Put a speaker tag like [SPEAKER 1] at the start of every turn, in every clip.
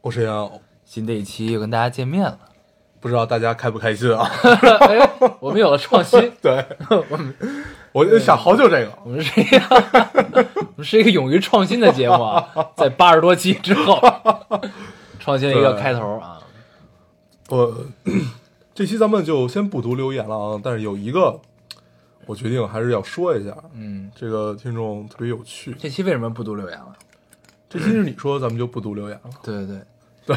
[SPEAKER 1] 我沈阳，
[SPEAKER 2] 新的一期又跟大家见面了，
[SPEAKER 1] 不知道大家开不开 心啊？
[SPEAKER 2] 哎，我们有了创新，
[SPEAKER 1] 对，我就想好久这个，
[SPEAKER 2] 我们是一个，我们是一个勇于创新的节目啊，在八十多期之后，创新了一个开头啊，
[SPEAKER 1] 我 这期咱们就先不读留言了啊，但是有一个，我决定还是要说一下，
[SPEAKER 2] 嗯，
[SPEAKER 1] 这个听众特别有趣。
[SPEAKER 2] 这期为什么不读留言了？
[SPEAKER 1] 这期是你说，咱们就不读留言了。
[SPEAKER 2] 对对对，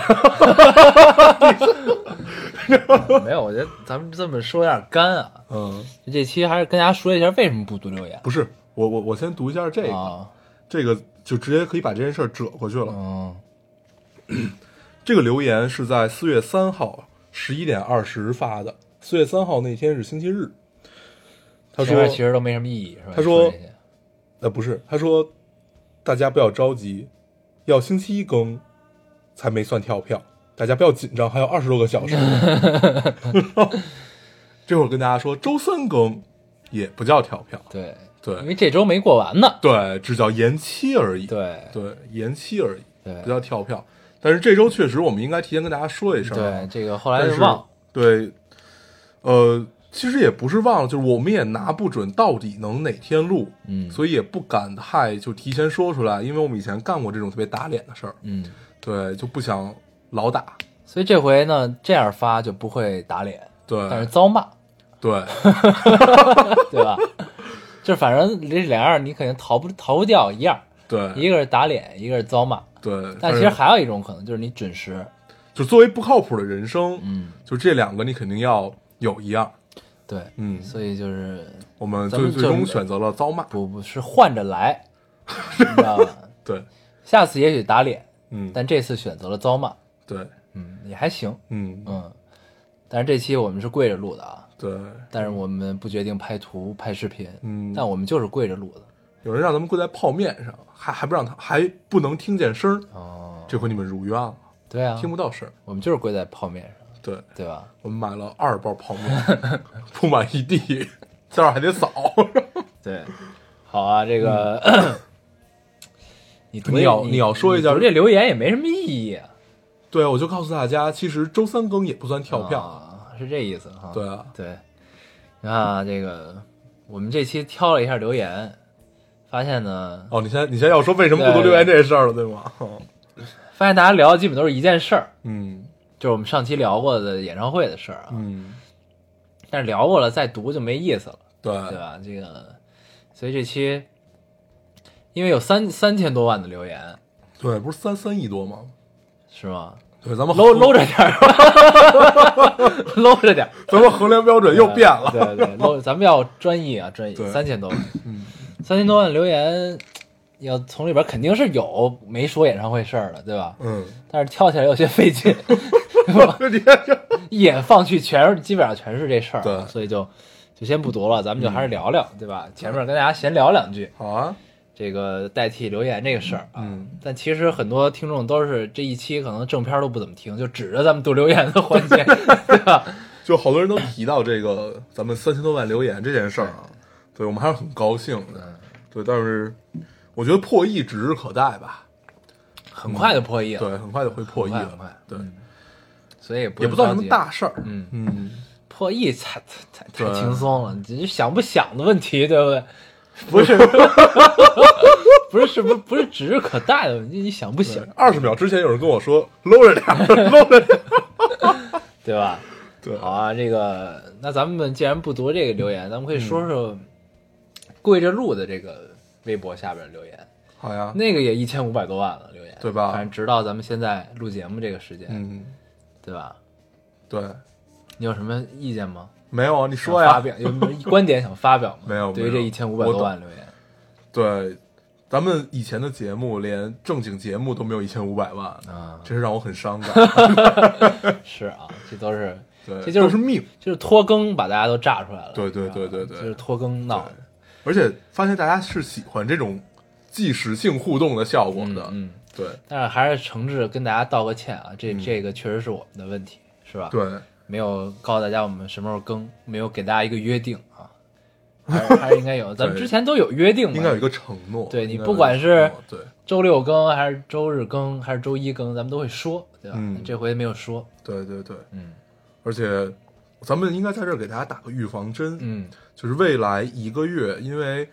[SPEAKER 2] 没有，我觉得咱们这么说有点干啊，
[SPEAKER 1] 嗯，
[SPEAKER 2] 这期还是跟大家说一下为什么不读留言
[SPEAKER 1] 不是，我我我先读一下这个，
[SPEAKER 2] 啊，
[SPEAKER 1] 这个就直接可以把这件事儿折过去了。
[SPEAKER 2] 嗯
[SPEAKER 1] 这个留言是在四月三号十一点二十发的，四月三号那天是星期日。他
[SPEAKER 2] 前
[SPEAKER 1] 说
[SPEAKER 2] 面其实都没什么意义，是吧？
[SPEAKER 1] 他说
[SPEAKER 2] 这些
[SPEAKER 1] 呃，不是，他说大家不要着急，要星期一更才没算跳票，大家不要紧张，还有二十多个 小时。这会儿跟大家说，周三更也不叫跳票，
[SPEAKER 2] 对因
[SPEAKER 1] 对
[SPEAKER 2] 为这周没过完呢。
[SPEAKER 1] 对，只叫延期而已，
[SPEAKER 2] 对
[SPEAKER 1] 对，延期而已，
[SPEAKER 2] 对
[SPEAKER 1] 不叫跳票。但是这周确实，我们应该提前跟大家说一声啊，
[SPEAKER 2] 对，这个后来
[SPEAKER 1] 但
[SPEAKER 2] 就是忘。
[SPEAKER 1] 对，呃，其实也不是忘了，就是我们也拿不准到底能哪天录，
[SPEAKER 2] 嗯
[SPEAKER 1] 所以也不敢太就提前说出来，因为我们以前干过这种特别打脸的事儿，
[SPEAKER 2] 嗯，
[SPEAKER 1] 对，就不想老打，
[SPEAKER 2] 所以这回呢，这样发就不会打脸，
[SPEAKER 1] 对，
[SPEAKER 2] 但是遭骂，
[SPEAKER 1] 对，
[SPEAKER 2] 对吧？ 就反正这两样你肯定逃不逃不掉一样，
[SPEAKER 1] 对，
[SPEAKER 2] 一个是打脸，一个是遭骂。
[SPEAKER 1] 对，
[SPEAKER 2] 但其实
[SPEAKER 1] 是
[SPEAKER 2] 还有一种可能就是你准时，
[SPEAKER 1] 就作为不靠谱的人生，
[SPEAKER 2] 嗯，
[SPEAKER 1] 就这两个你肯定要有一样，
[SPEAKER 2] 对，
[SPEAKER 1] 嗯
[SPEAKER 2] 所以就是
[SPEAKER 1] 我们
[SPEAKER 2] 咱
[SPEAKER 1] 最
[SPEAKER 2] 们
[SPEAKER 1] 最
[SPEAKER 2] 就
[SPEAKER 1] 终选择了遭骂，
[SPEAKER 2] 不不是换着来，你知道吧？
[SPEAKER 1] 对，
[SPEAKER 2] 下次也许打脸，
[SPEAKER 1] 嗯，
[SPEAKER 2] 但这次选择了遭骂，
[SPEAKER 1] 对，
[SPEAKER 2] 嗯，也还行，
[SPEAKER 1] 嗯，
[SPEAKER 2] 嗯。但是这期我们是跪着录的啊，
[SPEAKER 1] 对，
[SPEAKER 2] 但是我们不决定拍图拍视频，
[SPEAKER 1] 嗯
[SPEAKER 2] 但我们就是跪着录的。
[SPEAKER 1] 有人让咱们跪在泡面上，还还不让他，还不能听见声儿，
[SPEAKER 2] 哦，
[SPEAKER 1] 这回你们如愿了。
[SPEAKER 2] 对啊，
[SPEAKER 1] 听不到声儿。
[SPEAKER 2] 我们就是跪在泡面上，
[SPEAKER 1] 对，
[SPEAKER 2] 对吧？
[SPEAKER 1] 我们买了二包泡面， 铺满一地，这儿还得扫。
[SPEAKER 2] 对，好啊，这个、 你读
[SPEAKER 1] 嗯你
[SPEAKER 2] 这
[SPEAKER 1] 要你要说一下
[SPEAKER 2] 你读这留言也没什么意义啊，
[SPEAKER 1] 对，我就告诉大家，其实周三更也不算跳票。
[SPEAKER 2] 啊是这意思哈。
[SPEAKER 1] 对啊，
[SPEAKER 2] 对，你看啊，这个我们这期挑了一下留言，发现呢，
[SPEAKER 1] 哦，你现在你现在要说为什么不读留言这事儿了，对吗？
[SPEAKER 2] 发现大家聊的基本都是一件事儿，
[SPEAKER 1] 嗯
[SPEAKER 2] 就是我们上期聊过的演唱会的事儿啊。
[SPEAKER 1] 嗯，
[SPEAKER 2] 但是聊过了再读就没意思了。
[SPEAKER 1] 对
[SPEAKER 2] 对啊吧？这个，所以这期因为有三三千多万的留言，
[SPEAKER 1] 对，不是三三亿多吗？
[SPEAKER 2] 是吗？
[SPEAKER 1] 对，咱们
[SPEAKER 2] 搂
[SPEAKER 1] 衡
[SPEAKER 2] 搂着点儿，搂着点儿，
[SPEAKER 1] 咱们衡量标准 又变了。
[SPEAKER 2] 对对，搂，咱们要专业啊，专业，
[SPEAKER 1] 对
[SPEAKER 2] 三千多万，
[SPEAKER 1] 嗯，
[SPEAKER 2] 三千多万的留言，要从里边肯定是有没说演唱会事儿的，对吧？
[SPEAKER 1] 嗯，
[SPEAKER 2] 但是挑起来有些费劲，
[SPEAKER 1] 这你看这
[SPEAKER 2] 一眼放去全是基本上全是这事儿啊，
[SPEAKER 1] 对嗯
[SPEAKER 2] 所以就就先不读了，咱们就还是聊聊，对吧？前面跟大家闲聊两句，
[SPEAKER 1] 好啊，
[SPEAKER 2] 这个代替留言这个事儿啊，
[SPEAKER 1] 嗯
[SPEAKER 2] 但其实很多听众都是这一期可能正片都不怎么听，就指着咱们读留言的环 节，对吧？
[SPEAKER 1] 就好多人都提到这个咱们三千多万留言这件事儿啊，对我们还是很高兴
[SPEAKER 2] 嗯
[SPEAKER 1] 的。对，但是我觉得破亿指日可待吧。
[SPEAKER 2] 很快就破亿了，
[SPEAKER 1] 对，很快就会破亿
[SPEAKER 2] 很快很快
[SPEAKER 1] 了。对，
[SPEAKER 2] 所以也不
[SPEAKER 1] 也不
[SPEAKER 2] 用
[SPEAKER 1] 算什
[SPEAKER 2] 着
[SPEAKER 1] 么
[SPEAKER 2] 急
[SPEAKER 1] 大事儿。
[SPEAKER 2] 嗯
[SPEAKER 1] 嗯，
[SPEAKER 2] 破亿太太太太
[SPEAKER 1] 对
[SPEAKER 2] 轻松了，你只是想不想的问题，对不对？不是，不是，不是，不是指日可待的问题，你想不想，
[SPEAKER 1] 二十秒之前有人跟我说搂着点儿，搂着点儿。
[SPEAKER 2] 对吧？
[SPEAKER 1] 对
[SPEAKER 2] 好，啊，这个那咱们既然不读这个留言，咱们可以
[SPEAKER 1] 嗯
[SPEAKER 2] 说说跪着录的这个微博下边留言。
[SPEAKER 1] 好呀。
[SPEAKER 2] 那个也一千五百多万了留言，
[SPEAKER 1] 对吧
[SPEAKER 2] 反正直到咱们现在录节目这个时间，
[SPEAKER 1] 嗯，
[SPEAKER 2] 对吧？
[SPEAKER 1] 对，
[SPEAKER 2] 你有什么意见吗？
[SPEAKER 1] 没有啊，你说
[SPEAKER 2] 想发
[SPEAKER 1] 呀。
[SPEAKER 2] 表有没有观点想发表吗？
[SPEAKER 1] 没有
[SPEAKER 2] 对于
[SPEAKER 1] 没
[SPEAKER 2] 这
[SPEAKER 1] 有
[SPEAKER 2] 一千五百多万留言，
[SPEAKER 1] 对，咱们以前的节目连正经节目都没有一千五百万，
[SPEAKER 2] 啊，
[SPEAKER 1] 这是让我很伤 感。
[SPEAKER 2] 是啊，这都是
[SPEAKER 1] 对，
[SPEAKER 2] 这就是
[SPEAKER 1] 呃都是命。
[SPEAKER 2] 就是拖更把大家都炸出来了，
[SPEAKER 1] 对对对
[SPEAKER 2] 是吧
[SPEAKER 1] 对对
[SPEAKER 2] 就是拖更闹的，
[SPEAKER 1] 而且发现大家是喜欢这种即时性互动的效果的，
[SPEAKER 2] 嗯，嗯
[SPEAKER 1] 对
[SPEAKER 2] 但是还是诚挚地跟大家道个歉啊，这
[SPEAKER 1] 嗯
[SPEAKER 2] 这个确实是我们的问题，是吧？，
[SPEAKER 1] 对，
[SPEAKER 2] 没有告诉大家我们什么时候更，没有给大家一个约定 啊，还是还是应该有的，咱们之前都有约定嘛，
[SPEAKER 1] 应该有一个承诺。
[SPEAKER 2] 对你
[SPEAKER 1] 应该有一个
[SPEAKER 2] 不管是
[SPEAKER 1] 承诺对
[SPEAKER 2] 周六更还是周日更还是周一更，咱们都会说，对吧？
[SPEAKER 1] 嗯
[SPEAKER 2] 这回没有说，
[SPEAKER 1] 对对对，
[SPEAKER 2] 嗯
[SPEAKER 1] 而且咱们应该在这儿给大家打个预防针，
[SPEAKER 2] 嗯
[SPEAKER 1] 就是未来一个月，因为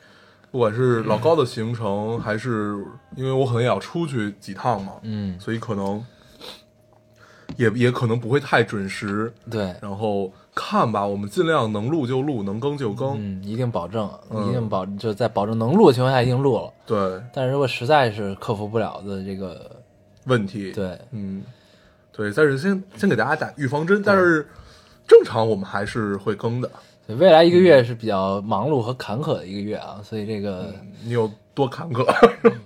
[SPEAKER 1] 不管是老高的行程，还是因为我可能也要出去几趟嘛，
[SPEAKER 2] 嗯，
[SPEAKER 1] 所以可能也也可能不会太准时。
[SPEAKER 2] 对，
[SPEAKER 1] 然后看吧，我们尽量能录就录，能更就更。
[SPEAKER 2] 嗯，一定保证，
[SPEAKER 1] 嗯
[SPEAKER 2] 一定保，就在保证能录的情况下一定录了。
[SPEAKER 1] 对，
[SPEAKER 2] 但是如果实在是克服不了的这个，
[SPEAKER 1] 问题，
[SPEAKER 2] 对，
[SPEAKER 1] 嗯，对，但是先先给大家打预防针，但是正常我们还是会更的。
[SPEAKER 2] 所以未来一个月是比较忙碌和坎坷的一个月啊，所以这个
[SPEAKER 1] 你有多坎坷？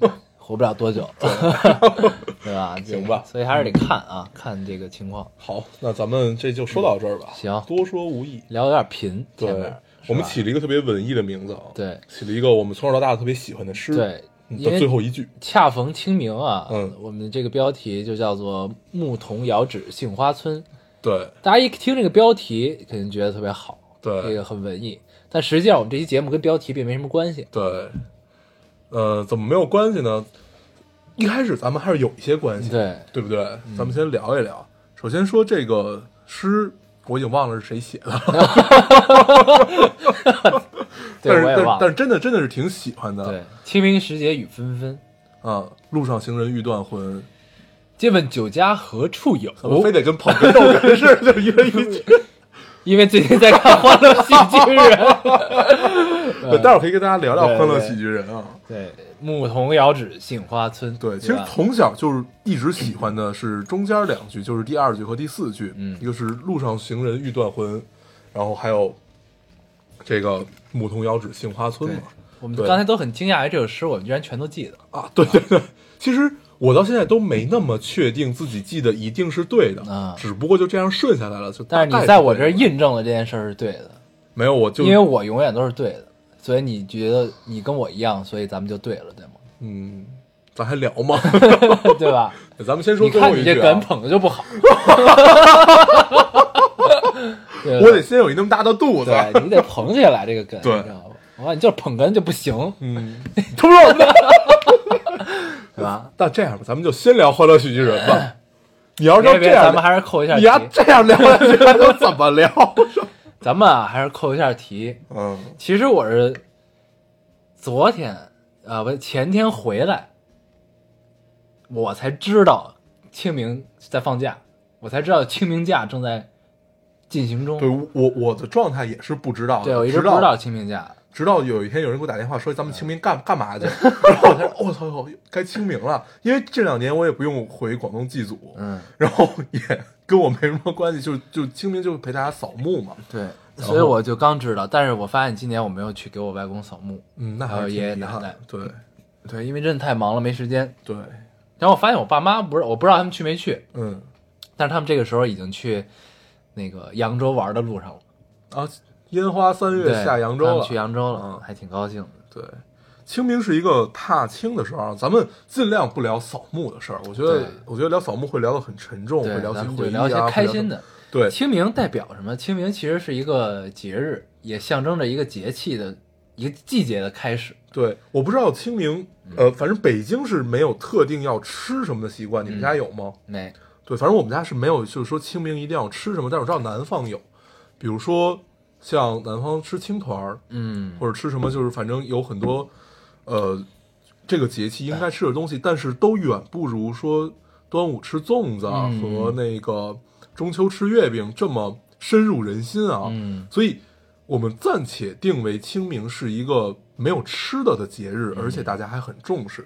[SPEAKER 2] 活不了多久，嗯 对吧？这个
[SPEAKER 1] 行吧
[SPEAKER 2] 所以还是得看啊，看这个情况，
[SPEAKER 1] 好，那咱们这就说到这儿吧。
[SPEAKER 2] 行
[SPEAKER 1] 多说无益。
[SPEAKER 2] 聊得有点贫，
[SPEAKER 1] 对
[SPEAKER 2] 前面是吧，
[SPEAKER 1] 我们起了一个特别文艺的名字啊，
[SPEAKER 2] 对
[SPEAKER 1] 起了一个我们从小到大特别喜欢的诗，
[SPEAKER 2] 对，
[SPEAKER 1] 嗯
[SPEAKER 2] 因
[SPEAKER 1] 的最
[SPEAKER 2] 为
[SPEAKER 1] 后一句，
[SPEAKER 2] 恰逢清明啊，
[SPEAKER 1] 嗯
[SPEAKER 2] 我们这个标题就叫做“牧童遥指杏花村”，
[SPEAKER 1] 对
[SPEAKER 2] 大家一听这个标题，肯定觉得特别好，
[SPEAKER 1] 对
[SPEAKER 2] 这个很文艺。但实际上，我们这期节目跟标题并没什么关系。
[SPEAKER 1] 对，呃，怎么没有关系呢？一开始咱们还是有一些关系，
[SPEAKER 2] 对，嗯
[SPEAKER 1] 对不对？咱们先聊一聊。首先说这个诗，我已经忘了是谁写 的，了，但
[SPEAKER 2] 对
[SPEAKER 1] 是
[SPEAKER 2] 我也
[SPEAKER 1] 但是
[SPEAKER 2] 忘
[SPEAKER 1] 但
[SPEAKER 2] 了。
[SPEAKER 1] 是真的真的是挺喜欢的，
[SPEAKER 2] 啊对，清明时节雨纷纷，
[SPEAKER 1] 啊，路上行人欲断魂，
[SPEAKER 2] 哦借问酒家何处有？
[SPEAKER 1] 怎么非得跟捧哏逗哏似的，就一 人一句。
[SPEAKER 2] 因为最近在看《欢乐喜剧人》
[SPEAKER 1] 对待会儿可以跟大家聊聊《
[SPEAKER 2] 对
[SPEAKER 1] 欢乐
[SPEAKER 2] 对
[SPEAKER 1] 喜剧人》啊。
[SPEAKER 2] 对，牧童遥指杏花村。
[SPEAKER 1] 对，其实
[SPEAKER 2] 吧
[SPEAKER 1] 从小就是一直喜欢的是中间两句，就是第二句和第四句，
[SPEAKER 2] 嗯
[SPEAKER 1] 一个是路上行人欲断魂，然后还有这个牧童遥指杏花村嘛，
[SPEAKER 2] 我们
[SPEAKER 1] 对
[SPEAKER 2] 刚才都很惊讶，哎，这首诗我们居然全都记得
[SPEAKER 1] 啊，对对对，其实我到现在都没那么确定自己记得一定是对的，
[SPEAKER 2] 啊
[SPEAKER 1] 只不过就这样顺下来了，就
[SPEAKER 2] 但是
[SPEAKER 1] 大概
[SPEAKER 2] 你在我
[SPEAKER 1] 对
[SPEAKER 2] 这儿
[SPEAKER 1] 的
[SPEAKER 2] 印证了这件事儿是对的，
[SPEAKER 1] 没有，我就
[SPEAKER 2] 因为我永远都是对的，所以你觉得你跟我一样，所以咱们就对了，对 吗？
[SPEAKER 1] 嗯，咱还聊 吗？
[SPEAKER 2] 对吧？
[SPEAKER 1] 咱们先说
[SPEAKER 2] 你
[SPEAKER 1] 最
[SPEAKER 2] 看
[SPEAKER 1] 后一
[SPEAKER 2] 你
[SPEAKER 1] 句、
[SPEAKER 2] 这
[SPEAKER 1] 啊
[SPEAKER 2] 梗，捧的就不好， 对吧
[SPEAKER 1] 我得先有一那么大的肚子，
[SPEAKER 2] 对你得捧起来这个梗，
[SPEAKER 1] 对
[SPEAKER 2] 你知道吧？我看你就是捧哏就不行，
[SPEAKER 1] 嗯，突然我
[SPEAKER 2] 对吧？
[SPEAKER 1] 那这样吧，咱们就先聊《欢乐喜剧人》 吧。你要是
[SPEAKER 2] 别
[SPEAKER 1] 这
[SPEAKER 2] 别，
[SPEAKER 1] 样，
[SPEAKER 2] 咱们还是扣一下
[SPEAKER 1] 你
[SPEAKER 2] 题，
[SPEAKER 1] 要这样 聊下去，还能怎么聊？
[SPEAKER 2] 咱们啊还是扣一下题。
[SPEAKER 1] 嗯
[SPEAKER 2] 其实我是昨天啊，不、是前天回来，我才知道清明在放假，我才知道清明假正在进行中。
[SPEAKER 1] 对我我的状态也是不知道的，
[SPEAKER 2] 对，我一直不
[SPEAKER 1] 直
[SPEAKER 2] 知
[SPEAKER 1] 到
[SPEAKER 2] 道嗯清明假。
[SPEAKER 1] 直到有一天有人给我打电话说咱们清明干干嘛去， 然后我才说我操，哟该清明了，因为这两年我也不用回广东祭祖，
[SPEAKER 2] 嗯，
[SPEAKER 1] 然后也跟我没什么关系，就就清明就陪大家扫墓嘛。
[SPEAKER 2] 对，所以我就刚知道，但是我发现今年我没有去给我外公扫墓。
[SPEAKER 1] 嗯，那还是
[SPEAKER 2] 还有
[SPEAKER 1] 挺
[SPEAKER 2] 爷爷
[SPEAKER 1] 遗
[SPEAKER 2] 奶
[SPEAKER 1] 憾
[SPEAKER 2] 奶
[SPEAKER 1] 的。对
[SPEAKER 2] 嗯对，因为真的太忙了，没时间。
[SPEAKER 1] 对，
[SPEAKER 2] 然后我发现我爸妈不是，我不知道他们去没去，
[SPEAKER 1] 嗯
[SPEAKER 2] 但是他们这个时候已经去那个扬州玩的路上了。
[SPEAKER 1] 啊，烟花三月
[SPEAKER 2] 对，
[SPEAKER 1] 下扬州
[SPEAKER 2] 他
[SPEAKER 1] 了，
[SPEAKER 2] 们去扬州了，
[SPEAKER 1] 嗯
[SPEAKER 2] 还挺高兴的。
[SPEAKER 1] 对，清明是一个踏青的时候啊，咱们尽量不聊扫墓的事儿。我觉得
[SPEAKER 2] 对，
[SPEAKER 1] 我觉得聊扫墓会聊得很沉重，会
[SPEAKER 2] 对，
[SPEAKER 1] 聊起
[SPEAKER 2] 咱们
[SPEAKER 1] 回
[SPEAKER 2] 就
[SPEAKER 1] 忆
[SPEAKER 2] 聊
[SPEAKER 1] 啊，
[SPEAKER 2] 一些开心的。
[SPEAKER 1] 会聊。对，
[SPEAKER 2] 清明代表什么？清明其实是一个节日，也象征着一个节气的一个季节的开始。
[SPEAKER 1] 对，我不知道清明，呃，
[SPEAKER 2] 嗯
[SPEAKER 1] 反正北京是没有特定要吃什么的习惯，你们家有吗？
[SPEAKER 2] 没，
[SPEAKER 1] 对，反正我们家是没有，就是说清明一定要吃什么，但是我知道南方有，比如说像南方吃青团儿，
[SPEAKER 2] 嗯，
[SPEAKER 1] 或者吃什么，就是反正有很多，呃，这个节气应该吃的东西，但是都远不如说端午吃粽子啊
[SPEAKER 2] 嗯
[SPEAKER 1] 和那个中秋吃月饼这么深入人心啊。
[SPEAKER 2] 嗯
[SPEAKER 1] 所以我们暂且定为清明是一个没有吃的的节日，而且
[SPEAKER 2] 嗯
[SPEAKER 1] 大家还很重视。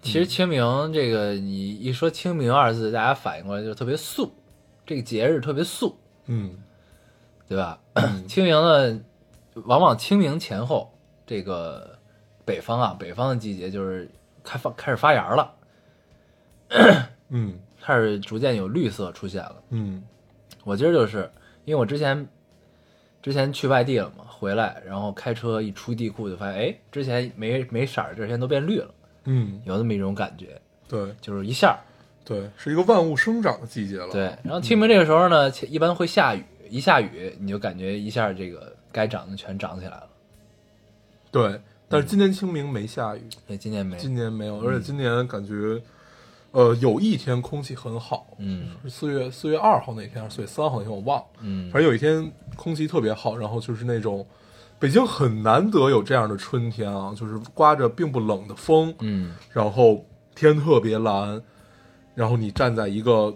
[SPEAKER 2] 其实清明这个，你一说清明二字，大家反应过来就特别素，这个节日特别素，
[SPEAKER 1] 嗯，
[SPEAKER 2] 对吧？清明呢，往往清明前后，这个北方啊，北方的季节就是开放开始发芽了，
[SPEAKER 1] 嗯
[SPEAKER 2] 开始逐渐有绿色出现了。
[SPEAKER 1] 嗯
[SPEAKER 2] 我今儿就是因为我之前之前去外地了嘛，回来然后开车一出地库就发现，哎，之前没没色儿，这些都变绿了，
[SPEAKER 1] 嗯，
[SPEAKER 2] 有那么一种感觉，
[SPEAKER 1] 对
[SPEAKER 2] 就是一下儿。
[SPEAKER 1] 对，是一个万物生长的季节了。
[SPEAKER 2] 对，然后清明这个时候呢，其一般会下雨，一下雨你就感觉一下这个该长的全长起来了。
[SPEAKER 1] 对，但是今年清明没下雨，
[SPEAKER 2] 所以今年没，
[SPEAKER 1] 今年没有，而且今年感觉，呃，有一天空气很好，
[SPEAKER 2] 嗯
[SPEAKER 1] 是四月四月二号那天还是四月三号那天我忘了，
[SPEAKER 2] 嗯
[SPEAKER 1] 反正有一天空气特别好，然后就是那种北京很难得有这样的春天啊，就是刮着并不冷的风，
[SPEAKER 2] 嗯
[SPEAKER 1] 然后天特别蓝，然后你站在一个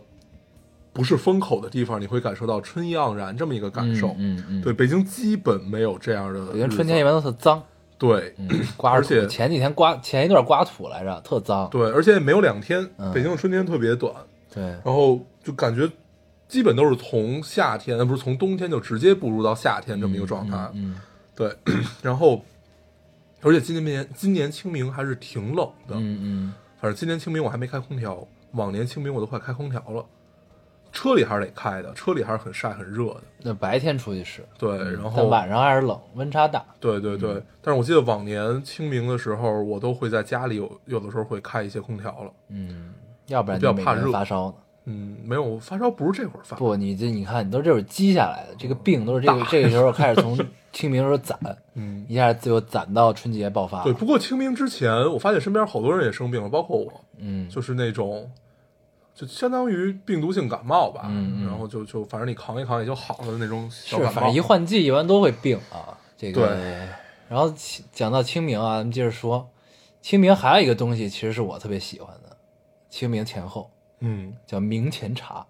[SPEAKER 1] 不是风口的地方，你会感受到春意盎然这么一个感受。
[SPEAKER 2] 嗯嗯，
[SPEAKER 1] 对，北京基本没有这样的日子。
[SPEAKER 2] 北京春天一嗯般都特 脏，
[SPEAKER 1] 对、
[SPEAKER 2] 刮着
[SPEAKER 1] 而
[SPEAKER 2] 土
[SPEAKER 1] 且
[SPEAKER 2] 前几天刮前一段刮土来着，特脏。
[SPEAKER 1] 对，而且也没有两天，
[SPEAKER 2] 嗯
[SPEAKER 1] 北京的春天特别短，
[SPEAKER 2] 对
[SPEAKER 1] 然后就感觉基本都是从夏天，呃不是从冬天就直接步入到夏天这么一个状态。
[SPEAKER 2] 嗯
[SPEAKER 1] 对， 然后而且今年今年清明还是挺冷的，
[SPEAKER 2] 嗯嗯
[SPEAKER 1] 反正今年清明我还没开空调，往年清明我都快开空调了，车里还是得开的，车里还是很晒很热的。
[SPEAKER 2] 嗯，那白天出去是，
[SPEAKER 1] 对，然
[SPEAKER 2] 但
[SPEAKER 1] 后
[SPEAKER 2] 晚上还是冷，温差大。
[SPEAKER 1] 对对
[SPEAKER 2] 嗯
[SPEAKER 1] 对，但是我记得往年清明的时候，我都会在家里有有的时候会开一些空调了。
[SPEAKER 2] 嗯，要不然
[SPEAKER 1] 比较
[SPEAKER 2] 就每
[SPEAKER 1] 怕
[SPEAKER 2] 天
[SPEAKER 1] 热
[SPEAKER 2] 发烧呢。
[SPEAKER 1] 嗯，没有发烧不是这会儿发，
[SPEAKER 2] 不，你这你看，你都这会儿积下来的，这个病都是这个这个时候开始从清明时候攒，
[SPEAKER 1] 嗯，
[SPEAKER 2] 一下就攒到春节爆发。
[SPEAKER 1] 对。不过清明之前，我发现身边好多人也生病了，包括我，
[SPEAKER 2] 嗯，
[SPEAKER 1] 就是那种。就相当于病毒性感冒吧，
[SPEAKER 2] 嗯嗯
[SPEAKER 1] 然后就就反正你扛一扛也就好了那种小
[SPEAKER 2] 是
[SPEAKER 1] 感，冒。
[SPEAKER 2] 反正一换季一般都会病啊。这个，
[SPEAKER 1] 对
[SPEAKER 2] 然后其讲到清明啊，咱们接着说，清明还有一个东西其实是我特别喜欢的，清明前后
[SPEAKER 1] 嗯
[SPEAKER 2] 叫明前茶，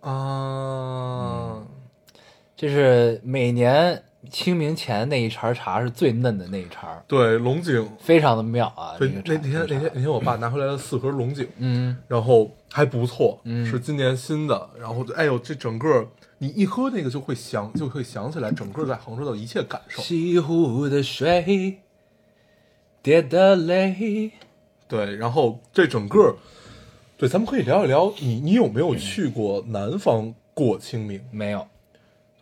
[SPEAKER 1] 啊，
[SPEAKER 2] 这是每年清明前那一茬茶是最嫩的那一茬，
[SPEAKER 1] 对，龙井，
[SPEAKER 2] 非常的妙啊。
[SPEAKER 1] 对，那
[SPEAKER 2] 这个茶
[SPEAKER 1] 天那
[SPEAKER 2] 这
[SPEAKER 1] 天
[SPEAKER 2] 个
[SPEAKER 1] 那
[SPEAKER 2] 茶
[SPEAKER 1] 天我爸拿回来了四盒龙井，
[SPEAKER 2] 嗯
[SPEAKER 1] 然后还不错，
[SPEAKER 2] 嗯
[SPEAKER 1] 是今年新的，然后哎呦，这整个你一喝那个就会想就会想起来整个在杭州的一切感受，
[SPEAKER 2] 西湖的水滴的泪，
[SPEAKER 1] 对，然后这整个，对，咱们可以聊一聊你你有没有去过南方过清明？
[SPEAKER 2] 没有，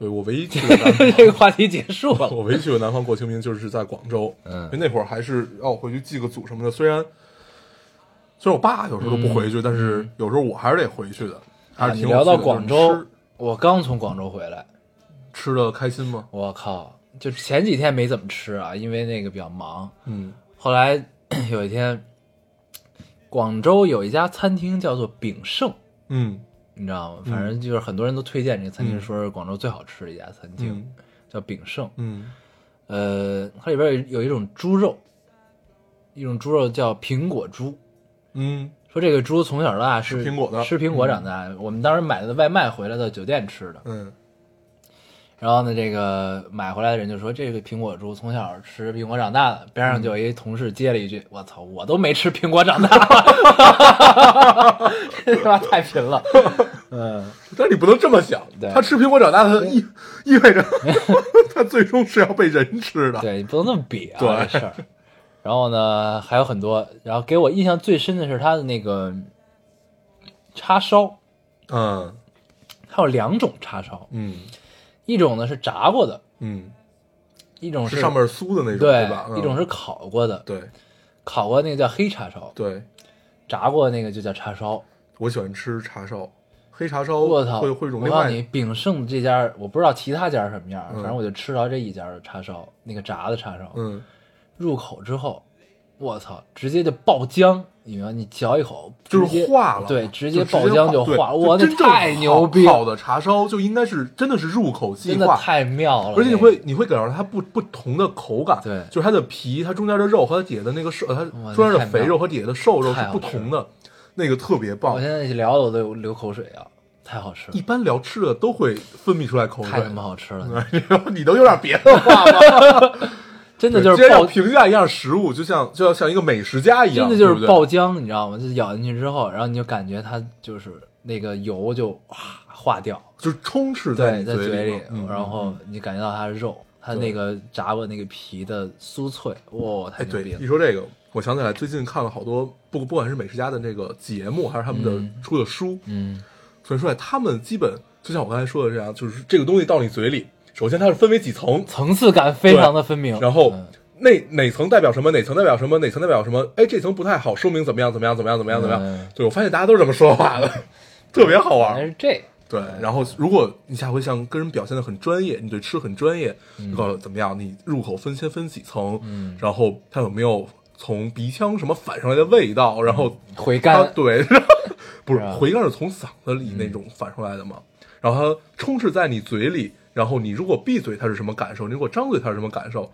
[SPEAKER 1] 对我唯一去过南方
[SPEAKER 2] 这个话题结束了。
[SPEAKER 1] 我唯一去过南方过清明就是在广州，
[SPEAKER 2] 嗯
[SPEAKER 1] 因为那会儿还是要回去祭个祖什么的。虽然虽然我爸有时候都不回去，但是有时候我还是得回去的，还
[SPEAKER 2] 嗯
[SPEAKER 1] 是
[SPEAKER 2] 啊你
[SPEAKER 1] 挺有
[SPEAKER 2] 聊到
[SPEAKER 1] 趣的
[SPEAKER 2] 广
[SPEAKER 1] 就是
[SPEAKER 2] 州，我刚从广州回来，
[SPEAKER 1] 吃吃的开心吗？
[SPEAKER 2] 我靠，就前几天没怎么吃啊，因为那个比较忙。
[SPEAKER 1] 嗯
[SPEAKER 2] 后来 有一天，广州有一家餐厅叫做炳胜，
[SPEAKER 1] 嗯
[SPEAKER 2] 你知道吗？反正就是很多人都推荐这个餐厅，说是广州最好吃的一家餐厅，
[SPEAKER 1] 嗯
[SPEAKER 2] 叫炳胜。
[SPEAKER 1] 嗯
[SPEAKER 2] 呃，它里边有有一种猪肉，一种猪肉叫苹果猪。
[SPEAKER 1] 嗯
[SPEAKER 2] 说这个猪从小到大是
[SPEAKER 1] 吃苹果的
[SPEAKER 2] 吃苹果长大。我们当时买的外卖回来到酒店吃的，
[SPEAKER 1] 嗯
[SPEAKER 2] 然后呢，这个买回来的人就说这个苹果猪从小吃苹果长大的。边
[SPEAKER 1] 嗯
[SPEAKER 2] 上就有一同事接了一句：“我操，我都没吃苹果长大， 这他妈太贫了。”嗯，
[SPEAKER 1] 但是你不能这么想
[SPEAKER 2] 对，
[SPEAKER 1] 他吃苹果长大的意意味着 他最终是要被人吃的。
[SPEAKER 2] 对，你不能这么比啊，
[SPEAKER 1] 对
[SPEAKER 2] 这事儿。然后呢，还有很多。然后给我印象最深的是它的那个叉烧，
[SPEAKER 1] 嗯
[SPEAKER 2] 它有两种叉烧，
[SPEAKER 1] 嗯
[SPEAKER 2] 一种呢是炸过的，
[SPEAKER 1] 嗯，
[SPEAKER 2] 一种
[SPEAKER 1] 是上面酥的那种，
[SPEAKER 2] 对
[SPEAKER 1] 对吧？嗯
[SPEAKER 2] 一种是烤过的，
[SPEAKER 1] 对
[SPEAKER 2] 烤过那个叫黑叉烧，
[SPEAKER 1] 对，
[SPEAKER 2] 炸过那个就叫叉烧。
[SPEAKER 1] 我喜欢吃叉烧，黑叉烧
[SPEAKER 2] 我操！
[SPEAKER 1] 会会有一种
[SPEAKER 2] 我
[SPEAKER 1] 另
[SPEAKER 2] 告诉
[SPEAKER 1] 外
[SPEAKER 2] 你，炳胜这家我不知道其他家什么样，
[SPEAKER 1] 嗯
[SPEAKER 2] 反正我就吃着这一家的叉烧，那个炸的叉烧，
[SPEAKER 1] 嗯。
[SPEAKER 2] 入口之后，我操，直接就爆浆，你明白？你嚼一口
[SPEAKER 1] 就
[SPEAKER 2] 直接
[SPEAKER 1] 是化了，
[SPEAKER 2] 对，直
[SPEAKER 1] 直接
[SPEAKER 2] 接爆浆就
[SPEAKER 1] 化
[SPEAKER 2] 化，
[SPEAKER 1] 对
[SPEAKER 2] 哇，那
[SPEAKER 1] 真正
[SPEAKER 2] 太牛逼
[SPEAKER 1] 好
[SPEAKER 2] 了，
[SPEAKER 1] 的茶烧就应该是真的是入口即
[SPEAKER 2] 真的
[SPEAKER 1] 化，
[SPEAKER 2] 太妙了，
[SPEAKER 1] 而且你
[SPEAKER 2] 那个
[SPEAKER 1] 会你会感受到它不不同的口感，
[SPEAKER 2] 对
[SPEAKER 1] 就是它的皮，它中间的肉和它底下的那个瘦，它
[SPEAKER 2] 哇
[SPEAKER 1] 中间
[SPEAKER 2] 那
[SPEAKER 1] 的
[SPEAKER 2] 太
[SPEAKER 1] 肥
[SPEAKER 2] 妙
[SPEAKER 1] 肉和底下的瘦肉是
[SPEAKER 2] 太好
[SPEAKER 1] 不同的，那个特别棒
[SPEAKER 2] 我。现在聊的我都流口水啊，太好吃了
[SPEAKER 1] 一，嗯般聊吃的都会分泌出来口水，
[SPEAKER 2] 太他妈好吃了，
[SPEAKER 1] 你都有点别的话吗？
[SPEAKER 2] 真的就
[SPEAKER 1] 既
[SPEAKER 2] 是
[SPEAKER 1] 然要
[SPEAKER 2] 爆，
[SPEAKER 1] 评价一样食物，就像就要像一个美食家一样，
[SPEAKER 2] 真的就
[SPEAKER 1] 对
[SPEAKER 2] 是
[SPEAKER 1] 不对
[SPEAKER 2] 爆浆，你知道吗？就是咬进去之后，然后你就感觉它就是那个油就哇化掉，
[SPEAKER 1] 就是充斥
[SPEAKER 2] 对，
[SPEAKER 1] 你
[SPEAKER 2] 在
[SPEAKER 1] 嘴
[SPEAKER 2] 嘴里
[SPEAKER 1] 嘛，嗯
[SPEAKER 2] 然后你感觉到它的肉，它那个炸过那个皮的酥脆，哇，太
[SPEAKER 1] 哎，
[SPEAKER 2] 牛
[SPEAKER 1] 对，
[SPEAKER 2] 逼了
[SPEAKER 1] 一！说这个，我想起来最近看了好多，不不管是美食家的那个节目，还是他们的出的书，
[SPEAKER 2] 嗯，
[SPEAKER 1] 所以说他们基本就像我刚才说的这样，就是这个东西到你嘴里，首先它是分为几层，
[SPEAKER 2] 层次感非常的分明。
[SPEAKER 1] 然后
[SPEAKER 2] 嗯
[SPEAKER 1] 那哪层代表什么，哪层代表什么，哪层代表什么，哎，这层不太好，说明怎么样怎么样怎么样怎么样怎么
[SPEAKER 2] 嗯
[SPEAKER 1] 样。对，我发现大家都是这么说话的，特别好
[SPEAKER 2] 原来
[SPEAKER 1] 玩。
[SPEAKER 2] 是这样，
[SPEAKER 1] 对，然后如果你下回像跟人表现的很专业，你对吃很专业，
[SPEAKER 2] 嗯
[SPEAKER 1] 你告诉我怎么样，你入口分先分几层，然后它有没有从鼻腔什么反上来的味道，然后
[SPEAKER 2] 嗯回
[SPEAKER 1] 它
[SPEAKER 2] 甘，
[SPEAKER 1] 对，然后不是
[SPEAKER 2] 是吧嗯
[SPEAKER 1] 回甘是从嗓子里那种反出来的嘛，然后它充斥在你嘴里，然后你如果闭嘴它是什么感受，你如果张嘴它是什么感受，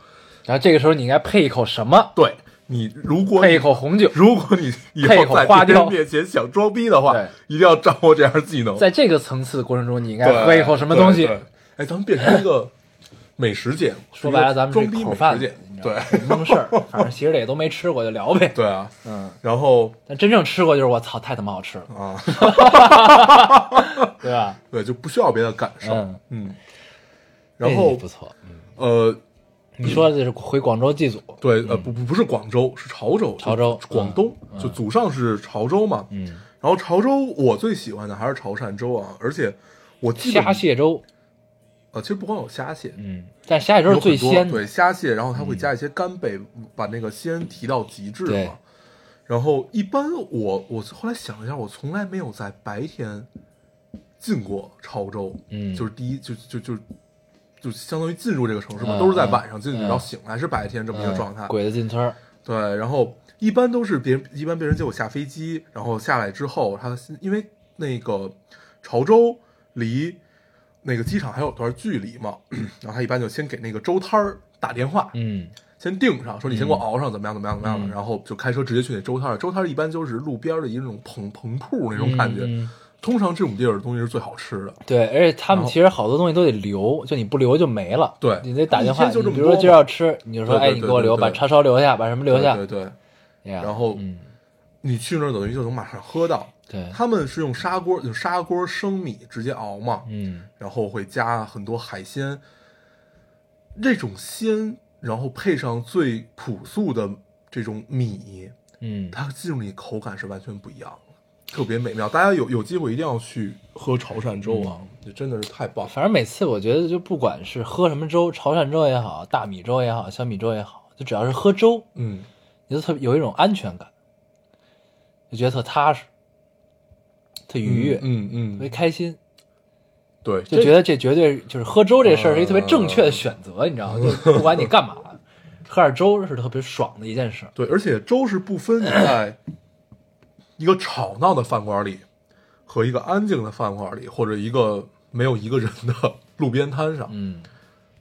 [SPEAKER 2] 然后这个时候你应该配一口什么？
[SPEAKER 1] 对你如果
[SPEAKER 2] 配一
[SPEAKER 1] 你
[SPEAKER 2] 口红酒。
[SPEAKER 1] 如果你以
[SPEAKER 2] 配一
[SPEAKER 1] 后
[SPEAKER 2] 口
[SPEAKER 1] 在
[SPEAKER 2] 花
[SPEAKER 1] 别人
[SPEAKER 2] 雕
[SPEAKER 1] 面前想装逼的话
[SPEAKER 2] 对，
[SPEAKER 1] 一定要掌握这样的技能，
[SPEAKER 2] 在这个层次的过程中，你应该
[SPEAKER 1] 对
[SPEAKER 2] 喝一口什么东西
[SPEAKER 1] 对？对哎，咱们变成一个美食节目，
[SPEAKER 2] 说白了，咱们
[SPEAKER 1] 装
[SPEAKER 2] 是
[SPEAKER 1] 逼
[SPEAKER 2] 口
[SPEAKER 1] 美
[SPEAKER 2] 饭
[SPEAKER 1] 食节，对
[SPEAKER 2] 蒙事儿，反正其实也都没吃过，就聊呗。
[SPEAKER 1] 对啊，
[SPEAKER 2] 嗯，
[SPEAKER 1] 然后
[SPEAKER 2] 但真正吃过就是我操，太他妈好吃了，
[SPEAKER 1] 啊，
[SPEAKER 2] 对吧？
[SPEAKER 1] 对，就不需要别的感受，
[SPEAKER 2] 嗯
[SPEAKER 1] 嗯，然后
[SPEAKER 2] 哎不错，
[SPEAKER 1] 呃，
[SPEAKER 2] 你说的是回广州祭祖，
[SPEAKER 1] 对，呃，不不不是广州，是潮州，
[SPEAKER 2] 嗯潮州嗯
[SPEAKER 1] 就广东，就祖上是潮州嘛，嗯，然后潮州我最喜欢的还是潮汕粥啊，而且我基本
[SPEAKER 2] 虾蟹粥，
[SPEAKER 1] 呃，其实不光有虾蟹，
[SPEAKER 2] 嗯，但虾蟹粥是最
[SPEAKER 1] 有很多
[SPEAKER 2] 鲜的，嗯
[SPEAKER 1] 对虾蟹，然后它会加一些干贝，把那个鲜提到极致
[SPEAKER 2] 对
[SPEAKER 1] 嘛。然后一般我我后来想了一下，我从来没有在白天进过潮州，
[SPEAKER 2] 嗯
[SPEAKER 1] 就是第一就就就就相当于进入这个城市嘛，
[SPEAKER 2] 嗯
[SPEAKER 1] 都是在晚上进去，
[SPEAKER 2] 嗯
[SPEAKER 1] 然后醒来是白天这么一个状态。
[SPEAKER 2] 嗯鬼子进村儿，
[SPEAKER 1] 对，然后一般都是别人，一般别人接我下飞机，然后下来之后，他因为那个潮州离那个机场还有段距离嘛， 然后他一般就先给那个粥摊儿打电话，
[SPEAKER 2] 嗯，
[SPEAKER 1] 先定上，说你先给我熬上，怎么样怎么样怎么样的，
[SPEAKER 2] 嗯
[SPEAKER 1] 然后就开车直接去那粥摊儿。粥摊儿一般就是路边儿的一种棚棚铺那种感觉，
[SPEAKER 2] 嗯嗯
[SPEAKER 1] 通常这种地儿的东西是最好吃的。
[SPEAKER 2] 对，而且他们
[SPEAKER 1] 然后
[SPEAKER 2] 其实好多东西都得留，就你不留就没了。
[SPEAKER 1] 对
[SPEAKER 2] 你得打电话，
[SPEAKER 1] 一天就这么
[SPEAKER 2] 你比如说
[SPEAKER 1] 多
[SPEAKER 2] 今儿要吃，你就
[SPEAKER 1] 对
[SPEAKER 2] 说，
[SPEAKER 1] 对
[SPEAKER 2] 哎，
[SPEAKER 1] 对
[SPEAKER 2] 你给我留，
[SPEAKER 1] 对
[SPEAKER 2] 把
[SPEAKER 1] 对
[SPEAKER 2] 叉烧留下，把什么留下
[SPEAKER 1] 对，对对，
[SPEAKER 2] 然
[SPEAKER 1] 然后
[SPEAKER 2] 嗯，
[SPEAKER 1] 你去那儿等于就能马上喝到。
[SPEAKER 2] 对，
[SPEAKER 1] 他们是用砂锅，就砂锅生米直接熬嘛，
[SPEAKER 2] 嗯，
[SPEAKER 1] 然后会加很多海鲜，这种鲜，然后配上最朴素的这种米，
[SPEAKER 2] 嗯，
[SPEAKER 1] 它进入你口感是完全不一样的，特别美妙。大家有有机会一定要去喝潮汕粥啊，这真的是太棒了。
[SPEAKER 2] 反正每次我觉得，就不管是喝什么粥，潮汕粥也好，大米粥也好，小米粥也好，就只要是喝粥，
[SPEAKER 1] 嗯，
[SPEAKER 2] 你就特别有一种安全感，就觉得特踏实，特愉悦，
[SPEAKER 1] 嗯
[SPEAKER 2] 特
[SPEAKER 1] 嗯
[SPEAKER 2] 别
[SPEAKER 1] 嗯，
[SPEAKER 2] 开心，
[SPEAKER 1] 对，
[SPEAKER 2] 就觉
[SPEAKER 1] 得
[SPEAKER 2] 得这绝对就是喝粥这事
[SPEAKER 1] 哦
[SPEAKER 2] 儿是一个特别正确的选择，你 知道吗？就不管你干嘛，喝点粥是特别爽的一件事。
[SPEAKER 1] 对，而且粥是不分你在一个吵闹的饭馆里和一个安静的饭馆里，或者一个没有一个人的路边摊上，
[SPEAKER 2] 嗯，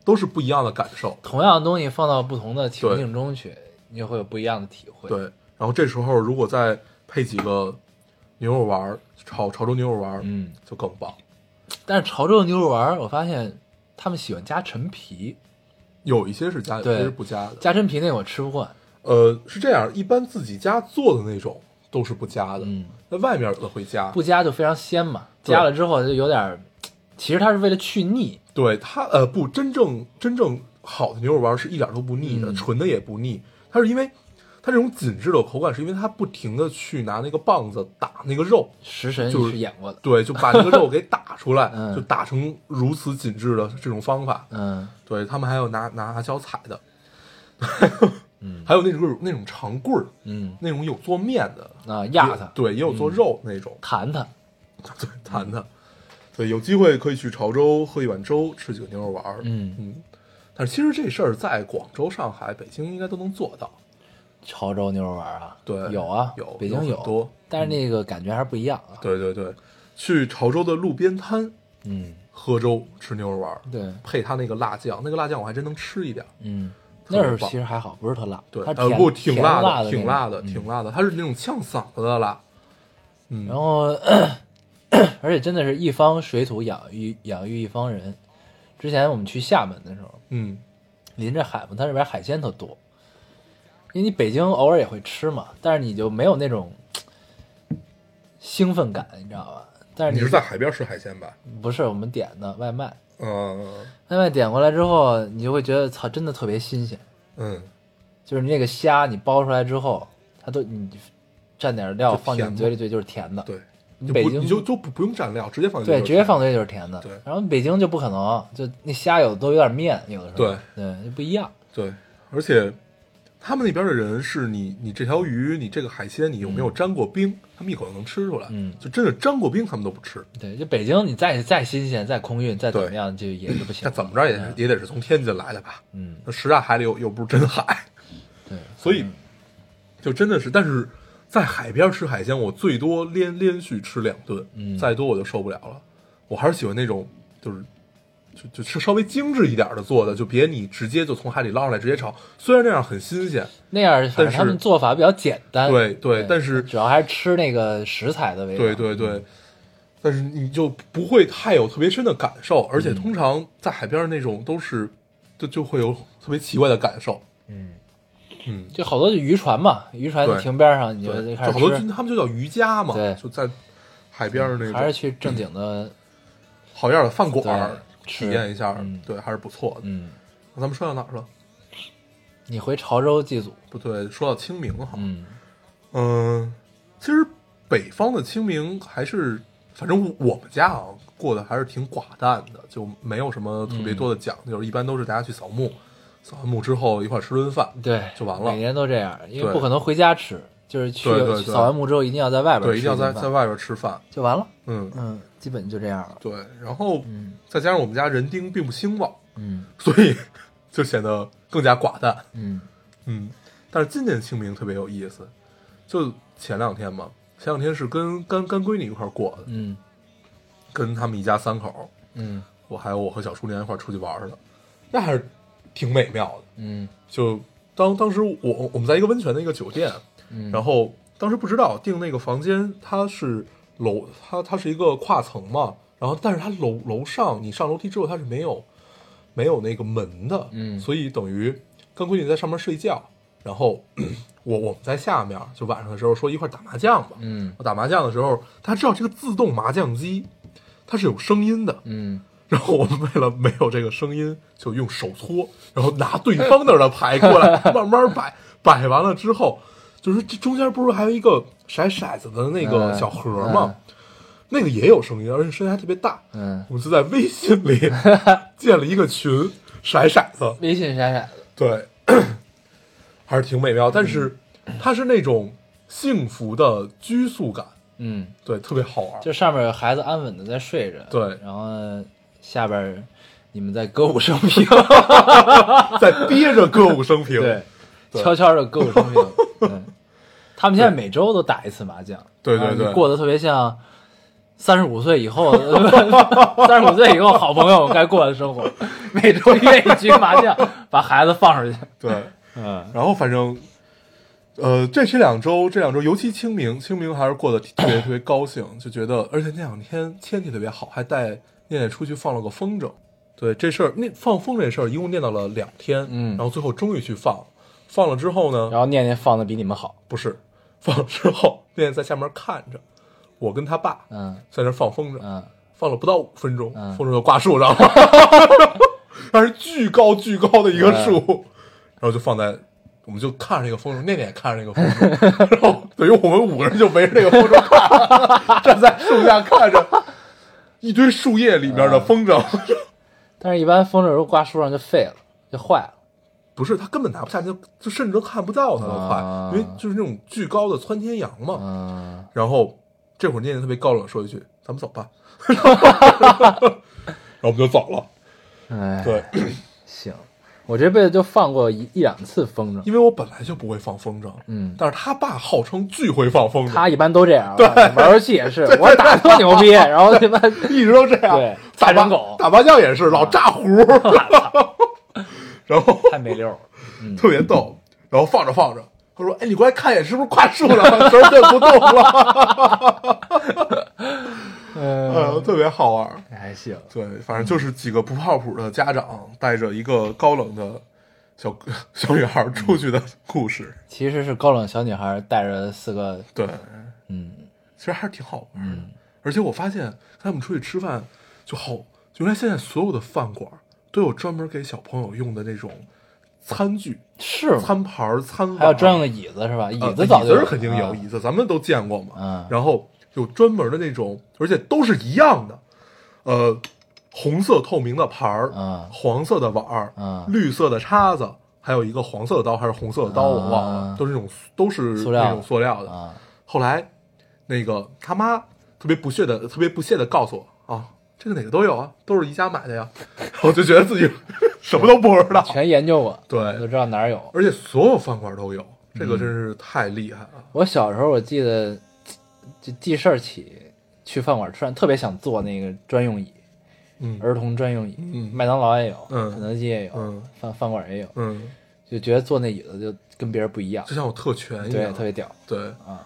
[SPEAKER 1] 都是不一样的感受。
[SPEAKER 2] 同样的东西放到不同的情境中去，你就会有不一样的体会。
[SPEAKER 1] 对，，然后这时候如果再配几个牛肉丸儿，炒潮州牛肉丸儿，
[SPEAKER 2] 嗯，
[SPEAKER 1] 就更棒。
[SPEAKER 2] 但是潮州的牛肉丸儿，我发现他们喜欢加陈皮，
[SPEAKER 1] 有一些是加的，有
[SPEAKER 2] 对
[SPEAKER 1] 些是不加的。
[SPEAKER 2] 加陈皮那个我吃不惯。
[SPEAKER 1] 呃，是这样，一般自己家做的那种都是不加的，
[SPEAKER 2] 嗯，
[SPEAKER 1] 那外面有的会加。
[SPEAKER 2] 不加就非常鲜嘛，
[SPEAKER 1] 对
[SPEAKER 2] 加了之后就有点儿，其实它是为了去腻。
[SPEAKER 1] 对它，呃，不，真正真正好的牛肉丸儿是一点都不腻的，
[SPEAKER 2] 嗯
[SPEAKER 1] 纯的也不腻。它是因为它这种紧致的口感，是因为它不停的去拿那个棒子打那个肉，
[SPEAKER 2] 食神
[SPEAKER 1] 就是
[SPEAKER 2] 是演过的，
[SPEAKER 1] 对，就把那个肉给打出来，
[SPEAKER 2] 嗯
[SPEAKER 1] 就打成如此紧致的这种方法。
[SPEAKER 2] 嗯，
[SPEAKER 1] 对他们还有拿拿脚踩的， 还有那种那种长棍儿，
[SPEAKER 2] 嗯，
[SPEAKER 1] 那种有做面的，
[SPEAKER 2] 啊，压嗯它
[SPEAKER 1] 也，对，也有做肉那 种，
[SPEAKER 2] 弹它，
[SPEAKER 1] 对，弹
[SPEAKER 2] 嗯
[SPEAKER 1] 的，对，有机会可以去潮州喝一碗粥，吃几个牛肉丸儿，
[SPEAKER 2] 嗯
[SPEAKER 1] 嗯，但是其实这事儿在广州、上海、北京应该都能做到，
[SPEAKER 2] 啊潮州牛肉丸啊，
[SPEAKER 1] 对
[SPEAKER 2] 有啊，
[SPEAKER 1] 有
[SPEAKER 2] 北京
[SPEAKER 1] 有很多嗯
[SPEAKER 2] 但是那个感觉还是不一样啊。
[SPEAKER 1] 对对对，去潮州的路边摊
[SPEAKER 2] 嗯，
[SPEAKER 1] 喝粥吃牛肉丸儿，
[SPEAKER 2] 对，
[SPEAKER 1] 配他那个辣酱，那个辣酱我还真能吃一点儿，
[SPEAKER 2] 嗯，
[SPEAKER 1] 特别
[SPEAKER 2] 那儿
[SPEAKER 1] 棒
[SPEAKER 2] 其实还好，不是特辣，
[SPEAKER 1] 对，
[SPEAKER 2] 它
[SPEAKER 1] 呃
[SPEAKER 2] 甜
[SPEAKER 1] 不挺
[SPEAKER 2] 甜
[SPEAKER 1] 辣
[SPEAKER 2] 辣
[SPEAKER 1] 挺辣的，
[SPEAKER 2] 嗯
[SPEAKER 1] 挺辣的，它是那种呛嗓子的辣，嗯，
[SPEAKER 2] 然后，而且真的是一方水土养育养育一方人。之前我们去厦门的时候，
[SPEAKER 1] 嗯，
[SPEAKER 2] 临着海嘛，它那边海鲜特多。因为你北京偶尔也会吃嘛，但是你就没有那种兴奋感，你知道吧？但是
[SPEAKER 1] 你
[SPEAKER 2] 你
[SPEAKER 1] 是在海边吃海鲜吧？
[SPEAKER 2] 不是我们点的外卖，
[SPEAKER 1] 嗯
[SPEAKER 2] 外卖点过来之后，你就会觉得操，真的特别新鲜。
[SPEAKER 1] 嗯，
[SPEAKER 2] 就是你那个虾，你剥出来之后，它都你蘸点料
[SPEAKER 1] 就
[SPEAKER 2] 放进
[SPEAKER 1] 甜
[SPEAKER 2] 嘴
[SPEAKER 1] 的
[SPEAKER 2] 里，对，就是甜的。
[SPEAKER 1] 嗯对，
[SPEAKER 2] 你
[SPEAKER 1] 就
[SPEAKER 2] 北
[SPEAKER 1] 不
[SPEAKER 2] 京
[SPEAKER 1] 你就就不不用蘸料，直接放进
[SPEAKER 2] 对，
[SPEAKER 1] 去就
[SPEAKER 2] 直接
[SPEAKER 1] 行
[SPEAKER 2] 放嘴里就是甜的。
[SPEAKER 1] 对
[SPEAKER 2] 然后北京就不可能，就那虾有的都有点面，有的时候
[SPEAKER 1] 对
[SPEAKER 2] 对就不一样。
[SPEAKER 1] 对，而且他们那边的人是你你这条鱼，你这个海鲜，你有没有沾过冰，他们一口就能吃出来。
[SPEAKER 2] 嗯
[SPEAKER 1] 就真的沾过冰，他们都不吃。
[SPEAKER 2] 对，就北京你再再新鲜，再空运，再怎么
[SPEAKER 1] 对
[SPEAKER 2] 样，就也是不行。
[SPEAKER 1] 但怎么着也是也得是从天津来的吧？
[SPEAKER 2] 嗯，
[SPEAKER 1] 那什刹海里又又不是真海，
[SPEAKER 2] 对，
[SPEAKER 1] 所
[SPEAKER 2] 嗯
[SPEAKER 1] 以就真的是，但是在海边吃海鲜，我最多连连续吃两顿，
[SPEAKER 2] 嗯
[SPEAKER 1] 再多我就受不了了。我还是喜欢那种就是。就就是稍微精致一点的做的，就别你直接就从海里捞上来直接炒，虽然那样很新鲜，
[SPEAKER 2] 那样反正
[SPEAKER 1] 但是
[SPEAKER 2] 他们做法比较简单。
[SPEAKER 1] 对对
[SPEAKER 2] 对，
[SPEAKER 1] 但是
[SPEAKER 2] 主要还是吃那个食材的味道。
[SPEAKER 1] 对对对，但是你就不会太有特别深的感受，而且通常在海边儿那种都是，就就会有特别奇怪的感受。嗯
[SPEAKER 2] 就好多就渔船嘛，渔船
[SPEAKER 1] 对
[SPEAKER 2] 停边上，你就
[SPEAKER 1] 对，
[SPEAKER 2] 开始
[SPEAKER 1] 就好多
[SPEAKER 2] 吃，
[SPEAKER 1] 他们就叫渔家嘛，
[SPEAKER 2] 对
[SPEAKER 1] 就在海边儿那
[SPEAKER 2] 还是
[SPEAKER 1] 种
[SPEAKER 2] 去正经的，
[SPEAKER 1] 好样的饭馆儿
[SPEAKER 2] 对吃
[SPEAKER 1] 体验一下儿
[SPEAKER 2] 嗯，
[SPEAKER 1] 对，还是不错的。
[SPEAKER 2] 嗯，
[SPEAKER 1] 那咱们说到哪儿了？
[SPEAKER 2] 你回潮州祭祖，
[SPEAKER 1] 不对，说到清明哈，
[SPEAKER 2] 嗯，
[SPEAKER 1] 嗯，其实北方的清明还是，反正我们家啊过得还是挺寡淡的，就没有什么
[SPEAKER 2] 嗯
[SPEAKER 1] 特别多的讲究，一般都是大家去扫墓，扫完墓之后一块儿吃顿饭，
[SPEAKER 2] 对，
[SPEAKER 1] 就完了
[SPEAKER 2] 每年都这样，因为
[SPEAKER 1] 对
[SPEAKER 2] 不可能回家吃，就是去
[SPEAKER 1] 对对对
[SPEAKER 2] 扫完墓之后一定要在外边
[SPEAKER 1] 对，
[SPEAKER 2] 吃
[SPEAKER 1] 一定要在
[SPEAKER 2] 顿饭
[SPEAKER 1] 在外边吃饭，
[SPEAKER 2] 就完了，
[SPEAKER 1] 嗯，
[SPEAKER 2] 嗯，基本就这样了，
[SPEAKER 1] 对，然后
[SPEAKER 2] 嗯
[SPEAKER 1] 再加上我们家人丁并不兴旺，
[SPEAKER 2] 嗯
[SPEAKER 1] 所以 就显得更加寡淡，
[SPEAKER 2] 嗯
[SPEAKER 1] 嗯，但是今年清明特别有意思，就前两天嘛，前两天是跟干干闺女一块儿过的，
[SPEAKER 2] 嗯
[SPEAKER 1] 跟他们一家三口儿，
[SPEAKER 2] 嗯
[SPEAKER 1] 我还有我和小叔娘一块儿出去玩儿的，那还是挺美妙的。
[SPEAKER 2] 嗯
[SPEAKER 1] 就当当时我我们在一个温泉的一个酒店，
[SPEAKER 2] 嗯，
[SPEAKER 1] 然后当时不知道订那个房间，它是楼，它它是一个跨层嘛，然后但是它楼楼上你上楼梯之后它是没有没有那个门的，
[SPEAKER 2] 嗯
[SPEAKER 1] 所以等于跟闺女在上面睡觉，然后 我我们在下面就晚上的时候说一块儿打麻将吧，
[SPEAKER 2] 嗯
[SPEAKER 1] 我打麻将的时候，大家知道这个自动麻将机它是有声音的，
[SPEAKER 2] 嗯，
[SPEAKER 1] 然后我们为了没有这个声音，就用手搓，然后拿对方那儿的牌过 来，慢慢摆，摆完了之后，就是这中间不是还有一个骰骰子的那个
[SPEAKER 2] 嗯
[SPEAKER 1] 小盒吗？那个也有声音，而且声音还特别大。
[SPEAKER 2] 嗯，
[SPEAKER 1] 我们就在微信 里建了一个群，骰骰子，
[SPEAKER 2] 微信闪闪的，
[SPEAKER 1] 对， 还是挺美妙。但是它是那种幸福的拘束感，
[SPEAKER 2] 嗯，
[SPEAKER 1] 对，特别好玩。
[SPEAKER 2] 就上面有孩子安稳的在睡着，
[SPEAKER 1] 对
[SPEAKER 2] 然后下边儿你们在歌舞升 平，
[SPEAKER 1] 在憋着歌舞升平，
[SPEAKER 2] 对，
[SPEAKER 1] 对
[SPEAKER 2] 悄悄的歌舞升平。 对，他们现在每周都打一次麻将，
[SPEAKER 1] 对对
[SPEAKER 2] 然后
[SPEAKER 1] 对
[SPEAKER 2] 你过得特别像三十五岁以后， 三十五岁以后好朋友该过的 生活。每周约一局麻将，把孩子放出去。
[SPEAKER 1] 对。
[SPEAKER 2] 嗯
[SPEAKER 1] 然后反正，呃，这这两周，这两周，尤其清明，清明还是过得特别特别高兴，就觉得，而且那两天天气特别好，还带念念出去放了个风筝。对这事儿，那放风筝这事儿一共念叨了两天，
[SPEAKER 2] 嗯
[SPEAKER 1] 然后最后终于去放了，放了之后呢，
[SPEAKER 2] 然后念念放的比你们好，
[SPEAKER 1] 不是 放了之后，念念在下面看着，我跟他爸
[SPEAKER 2] 嗯
[SPEAKER 1] 在那儿放风筝，
[SPEAKER 2] 嗯，
[SPEAKER 1] 放了不到五分钟，
[SPEAKER 2] 嗯
[SPEAKER 1] 风筝就挂树上了， 但是巨高巨高的一
[SPEAKER 2] 嗯
[SPEAKER 1] 个树，然后就放在，我们就看着那个风筝，那天也看着那个风 筝，然后等于我们五个人就围着那个风筝看， 站在树下看着一堆树叶里面
[SPEAKER 2] 嗯
[SPEAKER 1] 的风筝，
[SPEAKER 2] 但是一般风筝如果挂树上就废了，就坏了。
[SPEAKER 1] 不是他根本拿不下，就就甚至都看不到它了，快，
[SPEAKER 2] 啊
[SPEAKER 1] 因为就是那种巨高的窜天羊嘛，
[SPEAKER 2] 嗯，
[SPEAKER 1] 然后这会儿念念特别高冷说一句：“咱们走 吧。”然后我们就走了，
[SPEAKER 2] 哎，
[SPEAKER 1] 对。
[SPEAKER 2] 行，我这辈子就放过一一两次风筝。
[SPEAKER 1] 因为我本来就不会放风筝，
[SPEAKER 2] 嗯
[SPEAKER 1] 但是他爸号称巨会放风筝，
[SPEAKER 2] 他一般都这样，啊玩游戏也是，我打得特牛逼，然后他 妈
[SPEAKER 1] 一直都这样，
[SPEAKER 2] 对
[SPEAKER 1] 打
[SPEAKER 2] 菜
[SPEAKER 1] 麻
[SPEAKER 2] 场狗
[SPEAKER 1] 打麻将也是老炸胡， 然后
[SPEAKER 2] 太没溜儿。
[SPEAKER 1] 特别逗，然后放着放着，他说：“哎，你过来看一眼，是不是跨树 了？绳儿震不动了。
[SPEAKER 2] 嗯，
[SPEAKER 1] 嗯”特别好玩。
[SPEAKER 2] 还行，
[SPEAKER 1] 对，反正就是几个不靠谱的家长带着一个高冷的小小女孩出去的故事。
[SPEAKER 2] 其实是高冷小女孩带着四个，
[SPEAKER 1] 对，
[SPEAKER 2] 嗯
[SPEAKER 1] 其实还是挺好玩的。而且我发现他们出去吃饭就好，原来现在所有的饭馆都有专门给小朋友用的那种餐具、
[SPEAKER 2] 是吗？
[SPEAKER 1] 餐盘儿、餐碗，
[SPEAKER 2] 还有专用的椅子是吧？椅
[SPEAKER 1] 呃
[SPEAKER 2] 子早
[SPEAKER 1] 椅
[SPEAKER 2] 就
[SPEAKER 1] 子是肯定有，
[SPEAKER 2] 啊
[SPEAKER 1] 椅子咱们都见过嘛。
[SPEAKER 2] 嗯
[SPEAKER 1] 然后有专门的那种，而且都是一样的，呃，红色透明的盘儿，
[SPEAKER 2] 嗯
[SPEAKER 1] 黄色的碗儿，
[SPEAKER 2] 嗯
[SPEAKER 1] 绿色的叉子，还有一个黄色的刀还是红色的刀，我忘了，
[SPEAKER 2] 嗯
[SPEAKER 1] 都是那种都是
[SPEAKER 2] 塑料的
[SPEAKER 1] 那种塑料的。
[SPEAKER 2] 啊，
[SPEAKER 1] 后来那个他妈特别不屑的特别不屑的告诉我啊，这个哪个都有啊，都是宜家买的呀。 我就觉得自己什么都不知道，
[SPEAKER 2] 全研究过，
[SPEAKER 1] 对
[SPEAKER 2] 就知道哪儿有。
[SPEAKER 1] 而且所有饭馆都有，这个真是太厉害了。
[SPEAKER 2] 我小时候我记得，就记事儿起去饭馆吃饭，特别想坐那个专用椅，
[SPEAKER 1] 嗯
[SPEAKER 2] 儿童专用椅，
[SPEAKER 1] 嗯
[SPEAKER 2] 麦当劳也有，
[SPEAKER 1] 嗯
[SPEAKER 2] 肯德基也有，
[SPEAKER 1] 嗯
[SPEAKER 2] 饭饭馆也有，
[SPEAKER 1] 嗯，
[SPEAKER 2] 就觉得坐那椅子就跟别人不一样
[SPEAKER 1] 就，像我特权一
[SPEAKER 2] 对，
[SPEAKER 1] 样，
[SPEAKER 2] 特别屌
[SPEAKER 1] 对
[SPEAKER 2] 啊，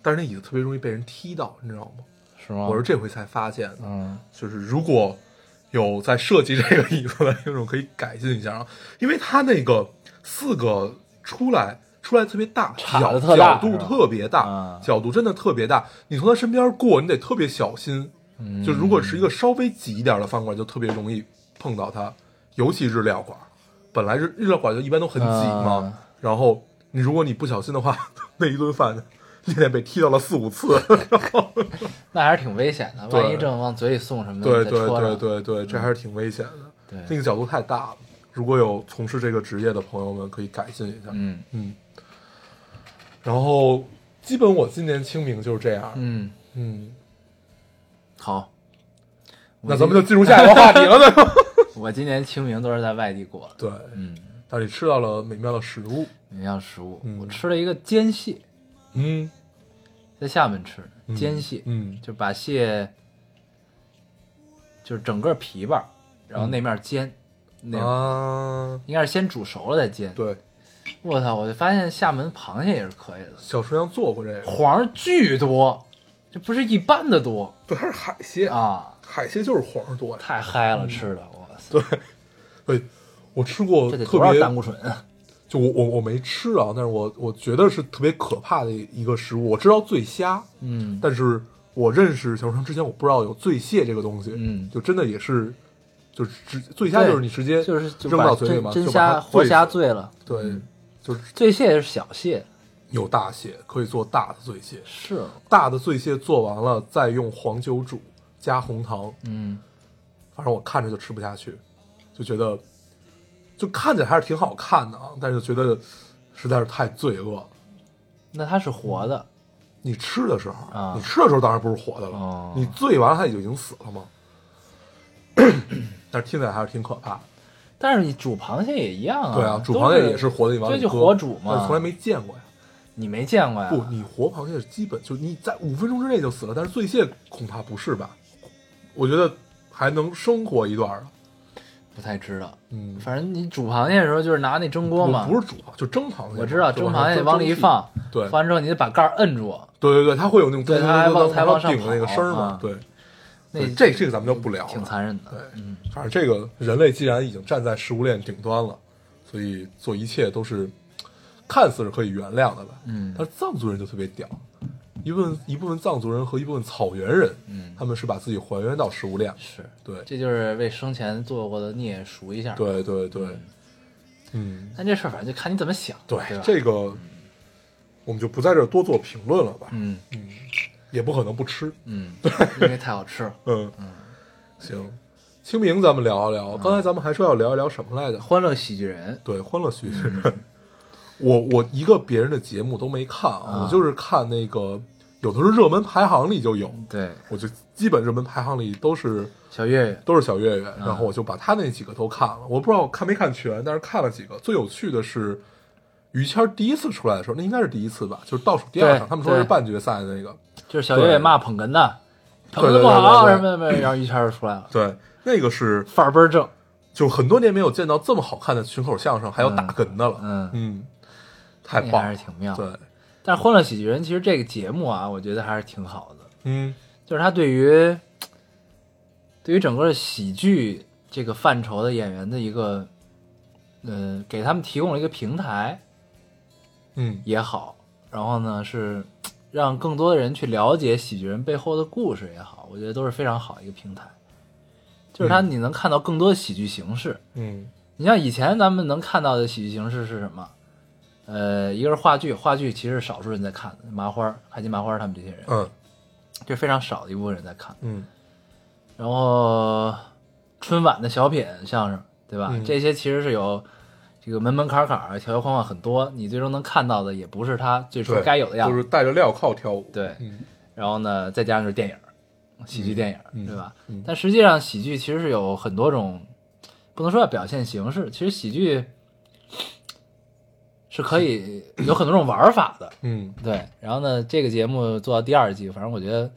[SPEAKER 1] 但是那椅子特别容易被人踢到，你知道吗？
[SPEAKER 2] 是吗？
[SPEAKER 1] 我是这回才发现的，
[SPEAKER 2] 嗯
[SPEAKER 1] 就是如果有在设计这个椅子的听众可以改进一下啊，因为它那个四个出来出来特别大，
[SPEAKER 2] 岔
[SPEAKER 1] 角
[SPEAKER 2] 得特大
[SPEAKER 1] 角度
[SPEAKER 2] 是吧
[SPEAKER 1] 特别大
[SPEAKER 2] 啊，
[SPEAKER 1] 角度真的特别大，你从它身边过，你得特别小心。
[SPEAKER 2] 嗯，
[SPEAKER 1] 就如果是一个稍微挤一点的饭馆，就特别容易碰到它，尤其日料馆，本来日日料馆就一般都很挤嘛
[SPEAKER 2] 嗯，
[SPEAKER 1] 然后你如果你不小心的话， 那一顿饭你得被踢到了四五次。
[SPEAKER 2] 那还是挺危险的，
[SPEAKER 1] 对
[SPEAKER 2] 万一正往嘴里送什么
[SPEAKER 1] 对
[SPEAKER 2] 的，
[SPEAKER 1] 对对
[SPEAKER 2] 对
[SPEAKER 1] 对对，这还是挺危险的，
[SPEAKER 2] 对
[SPEAKER 1] 那个角度太大了。如果有从事这个职业的朋友们，可以改进一下。
[SPEAKER 2] 嗯
[SPEAKER 1] 嗯，然后基本我今年清明就是这样。
[SPEAKER 2] 嗯，
[SPEAKER 1] 嗯，
[SPEAKER 2] 好，
[SPEAKER 1] 那咱们就进入下一个话题了呢。
[SPEAKER 2] 我今年清明都是在外地过的，
[SPEAKER 1] 对，
[SPEAKER 2] 嗯，
[SPEAKER 1] 但是你吃到了美妙的食物。
[SPEAKER 2] 你像食物，
[SPEAKER 1] 嗯
[SPEAKER 2] 我吃了一个煎蟹，
[SPEAKER 1] 嗯，
[SPEAKER 2] 在厦门吃的
[SPEAKER 1] 嗯
[SPEAKER 2] 煎蟹，
[SPEAKER 1] 嗯
[SPEAKER 2] 就把蟹就是整个皮吧，
[SPEAKER 1] 嗯
[SPEAKER 2] 然后那面煎，那种
[SPEAKER 1] 啊，
[SPEAKER 2] 应该是先煮熟了再煎。
[SPEAKER 1] 对，
[SPEAKER 2] 我操，我就发现厦门螃蟹也是可以的，
[SPEAKER 1] 小厨娘做过这个，
[SPEAKER 2] 黄儿巨多，这不是一般的多
[SPEAKER 1] 对，还是海蟹，
[SPEAKER 2] 啊，
[SPEAKER 1] 海蟹就是黄儿多呀。
[SPEAKER 2] 太嗨了，吃的，我操，
[SPEAKER 1] 对，我吃过
[SPEAKER 2] 这得
[SPEAKER 1] 特
[SPEAKER 2] 多少
[SPEAKER 1] 别，
[SPEAKER 2] 胆固醇 啊？
[SPEAKER 1] 就我我我没吃啊，但是我我觉得是特别可怕的一个食物。我知道醉虾，
[SPEAKER 2] 嗯，
[SPEAKER 1] 但是我认识小厨娘之前，我不知道有醉蟹这个东西，
[SPEAKER 2] 嗯
[SPEAKER 1] 就真的也是，就是直醉虾就是你直接
[SPEAKER 2] 就是就
[SPEAKER 1] 扔
[SPEAKER 2] 把
[SPEAKER 1] 到嘴里
[SPEAKER 2] 真
[SPEAKER 1] 嘛，
[SPEAKER 2] 真
[SPEAKER 1] 就把
[SPEAKER 2] 虾
[SPEAKER 1] 它
[SPEAKER 2] 活虾
[SPEAKER 1] 死，
[SPEAKER 2] 醉嗯了，
[SPEAKER 1] 对，就是
[SPEAKER 2] 醉蟹也是小蟹，
[SPEAKER 1] 有大蟹可以做大的醉蟹，
[SPEAKER 2] 是，
[SPEAKER 1] 大的醉蟹做完了再用黄酒煮加红糖，
[SPEAKER 2] 嗯，
[SPEAKER 1] 反正我看着就吃不下去，就觉得就看着还是挺好看的啊，但是就觉得实在是太罪恶了。
[SPEAKER 2] 那它是活的，
[SPEAKER 1] 你吃的时候，
[SPEAKER 2] 啊
[SPEAKER 1] 你吃的时候当然不是活的了，
[SPEAKER 2] 哦
[SPEAKER 1] 你醉完了它也就已经死了 嘛。但是听起来还是挺可怕的。
[SPEAKER 2] 但是你煮螃蟹也一样啊，
[SPEAKER 1] 对啊，煮
[SPEAKER 2] 都
[SPEAKER 1] 螃蟹也是活的，你往里
[SPEAKER 2] 这就
[SPEAKER 1] 搁
[SPEAKER 2] 活煮嘛
[SPEAKER 1] 但是哎从来没见过呀。
[SPEAKER 2] 你没见过呀？
[SPEAKER 1] 不，你活螃蟹是基本就你在五分钟之内就死了，但是醉蟹恐怕不是吧？我觉得还能生活一段儿的。
[SPEAKER 2] 不太知道。
[SPEAKER 1] 嗯，
[SPEAKER 2] 反正你煮螃蟹的时候就是拿那蒸锅嘛，
[SPEAKER 1] 不是煮螃，就蒸螃蟹嘛。
[SPEAKER 2] 我知道
[SPEAKER 1] 就
[SPEAKER 2] 蒸
[SPEAKER 1] 往
[SPEAKER 2] 螃
[SPEAKER 1] 上
[SPEAKER 2] 蟹往里一
[SPEAKER 1] 气
[SPEAKER 2] 放，
[SPEAKER 1] 对
[SPEAKER 2] 放完之后你得把盖儿摁住，
[SPEAKER 1] 对对对，它会有那种
[SPEAKER 2] 对
[SPEAKER 1] 噔噔
[SPEAKER 2] 它还
[SPEAKER 1] 噔
[SPEAKER 2] 往
[SPEAKER 1] 噔
[SPEAKER 2] 还
[SPEAKER 1] 往
[SPEAKER 2] 往上
[SPEAKER 1] 顶的那个
[SPEAKER 2] 跑
[SPEAKER 1] 声儿嘛
[SPEAKER 2] 啊。
[SPEAKER 1] 对，
[SPEAKER 2] 那
[SPEAKER 1] 对这这个咱们就不聊了。
[SPEAKER 2] 挺残忍
[SPEAKER 1] 对
[SPEAKER 2] 的。嗯，
[SPEAKER 1] 反正这个人类既然已经站在食物链顶端了，所以做一切都是看似是可以原谅的吧。
[SPEAKER 2] 嗯
[SPEAKER 1] 但是藏族人就特别屌，一部分一部分藏族人和一部分草原人，
[SPEAKER 2] 嗯
[SPEAKER 1] 他们是把自己还原到食物链。
[SPEAKER 2] 是，
[SPEAKER 1] 对
[SPEAKER 2] 这就是为生前做过的孽赎一下。，
[SPEAKER 1] 对对对，嗯，
[SPEAKER 2] 但这事儿反正就看你怎么想，对啊
[SPEAKER 1] 对
[SPEAKER 2] 吧？
[SPEAKER 1] 这个我们就不在这儿多做评论了吧，
[SPEAKER 2] 嗯
[SPEAKER 1] 也不可能不吃。
[SPEAKER 2] 嗯，因为太好 吃了。
[SPEAKER 1] 嗯，行，清明咱们聊一
[SPEAKER 2] 嗯
[SPEAKER 1] 聊。刚才咱们还说要聊一聊什么来着？
[SPEAKER 2] 欢乐喜剧人，
[SPEAKER 1] 对，《欢乐喜剧人》
[SPEAKER 2] 嗯
[SPEAKER 1] 我我一个别人的节目都没看啊，
[SPEAKER 2] 啊
[SPEAKER 1] 我就是看那个有的时候热门排行里就有，
[SPEAKER 2] 对，
[SPEAKER 1] 我就基本热门排行里都是
[SPEAKER 2] 小岳岳，
[SPEAKER 1] 都是小岳岳，
[SPEAKER 2] 啊
[SPEAKER 1] 然后我就把他那几个都看了。我不知道我看没看全，但是看了几个。最有趣的是于谦儿第一次出来的时候，那应该是第一次吧，就是倒数第二
[SPEAKER 2] 对
[SPEAKER 1] 场，他们说是
[SPEAKER 2] 对
[SPEAKER 1] 半决赛的那个。
[SPEAKER 2] 就是小岳岳
[SPEAKER 1] 对
[SPEAKER 2] 骂捧哏的，捧
[SPEAKER 1] 对对对
[SPEAKER 2] 哏不好
[SPEAKER 1] 对
[SPEAKER 2] 什
[SPEAKER 1] 对
[SPEAKER 2] 么什么，然后于谦儿就出来了，
[SPEAKER 1] 对，那个是
[SPEAKER 2] 范儿倍儿正。
[SPEAKER 1] 就很多年没有见到这么好看的群口相声，还有打哏的了。
[SPEAKER 2] 嗯
[SPEAKER 1] 嗯，太
[SPEAKER 2] 那
[SPEAKER 1] 棒
[SPEAKER 2] 还
[SPEAKER 1] 了
[SPEAKER 2] 是。挺妙的。
[SPEAKER 1] 对，
[SPEAKER 2] 但是《欢乐喜剧人》其实这个节目啊，我觉得还是挺好的，
[SPEAKER 1] 嗯
[SPEAKER 2] 就是他对于对于整个喜剧这个范畴的演员的一个，呃，给他们提供了一个平台
[SPEAKER 1] 嗯
[SPEAKER 2] 也好，然后呢是让更多的人去了解喜剧人背后的故事也好，我觉得都是非常好一个平台。就是它你能看到更多的喜剧形式。
[SPEAKER 1] 嗯
[SPEAKER 2] 你像以前咱们能看到的喜剧形式是什么？呃，一个是话剧，话剧其实少数人在看，麻花儿、海金麻花儿他们这些人，
[SPEAKER 1] 嗯
[SPEAKER 2] 这非常少的一部分人在看。
[SPEAKER 1] 嗯
[SPEAKER 2] 然后春晚的小品、相声，对吧？
[SPEAKER 1] 嗯
[SPEAKER 2] 这些其实是有这个门门槛槛、条条框框很多，你最终能看到的也不是他最初
[SPEAKER 1] 对，
[SPEAKER 2] 该有的样
[SPEAKER 1] 就
[SPEAKER 2] 子。
[SPEAKER 1] 是带着镣铐跳舞。
[SPEAKER 2] 对，
[SPEAKER 1] 嗯
[SPEAKER 2] 然后呢，再加上就是电影儿，喜剧电影儿，
[SPEAKER 1] 嗯
[SPEAKER 2] 对吧？
[SPEAKER 1] 嗯
[SPEAKER 2] 但实际上，喜剧其实是有很多种，不能说叫表现形式，其实喜剧是可以有很多种玩儿法的。
[SPEAKER 1] 嗯
[SPEAKER 2] 对，然后呢，这个节目做到第二季，反正我觉得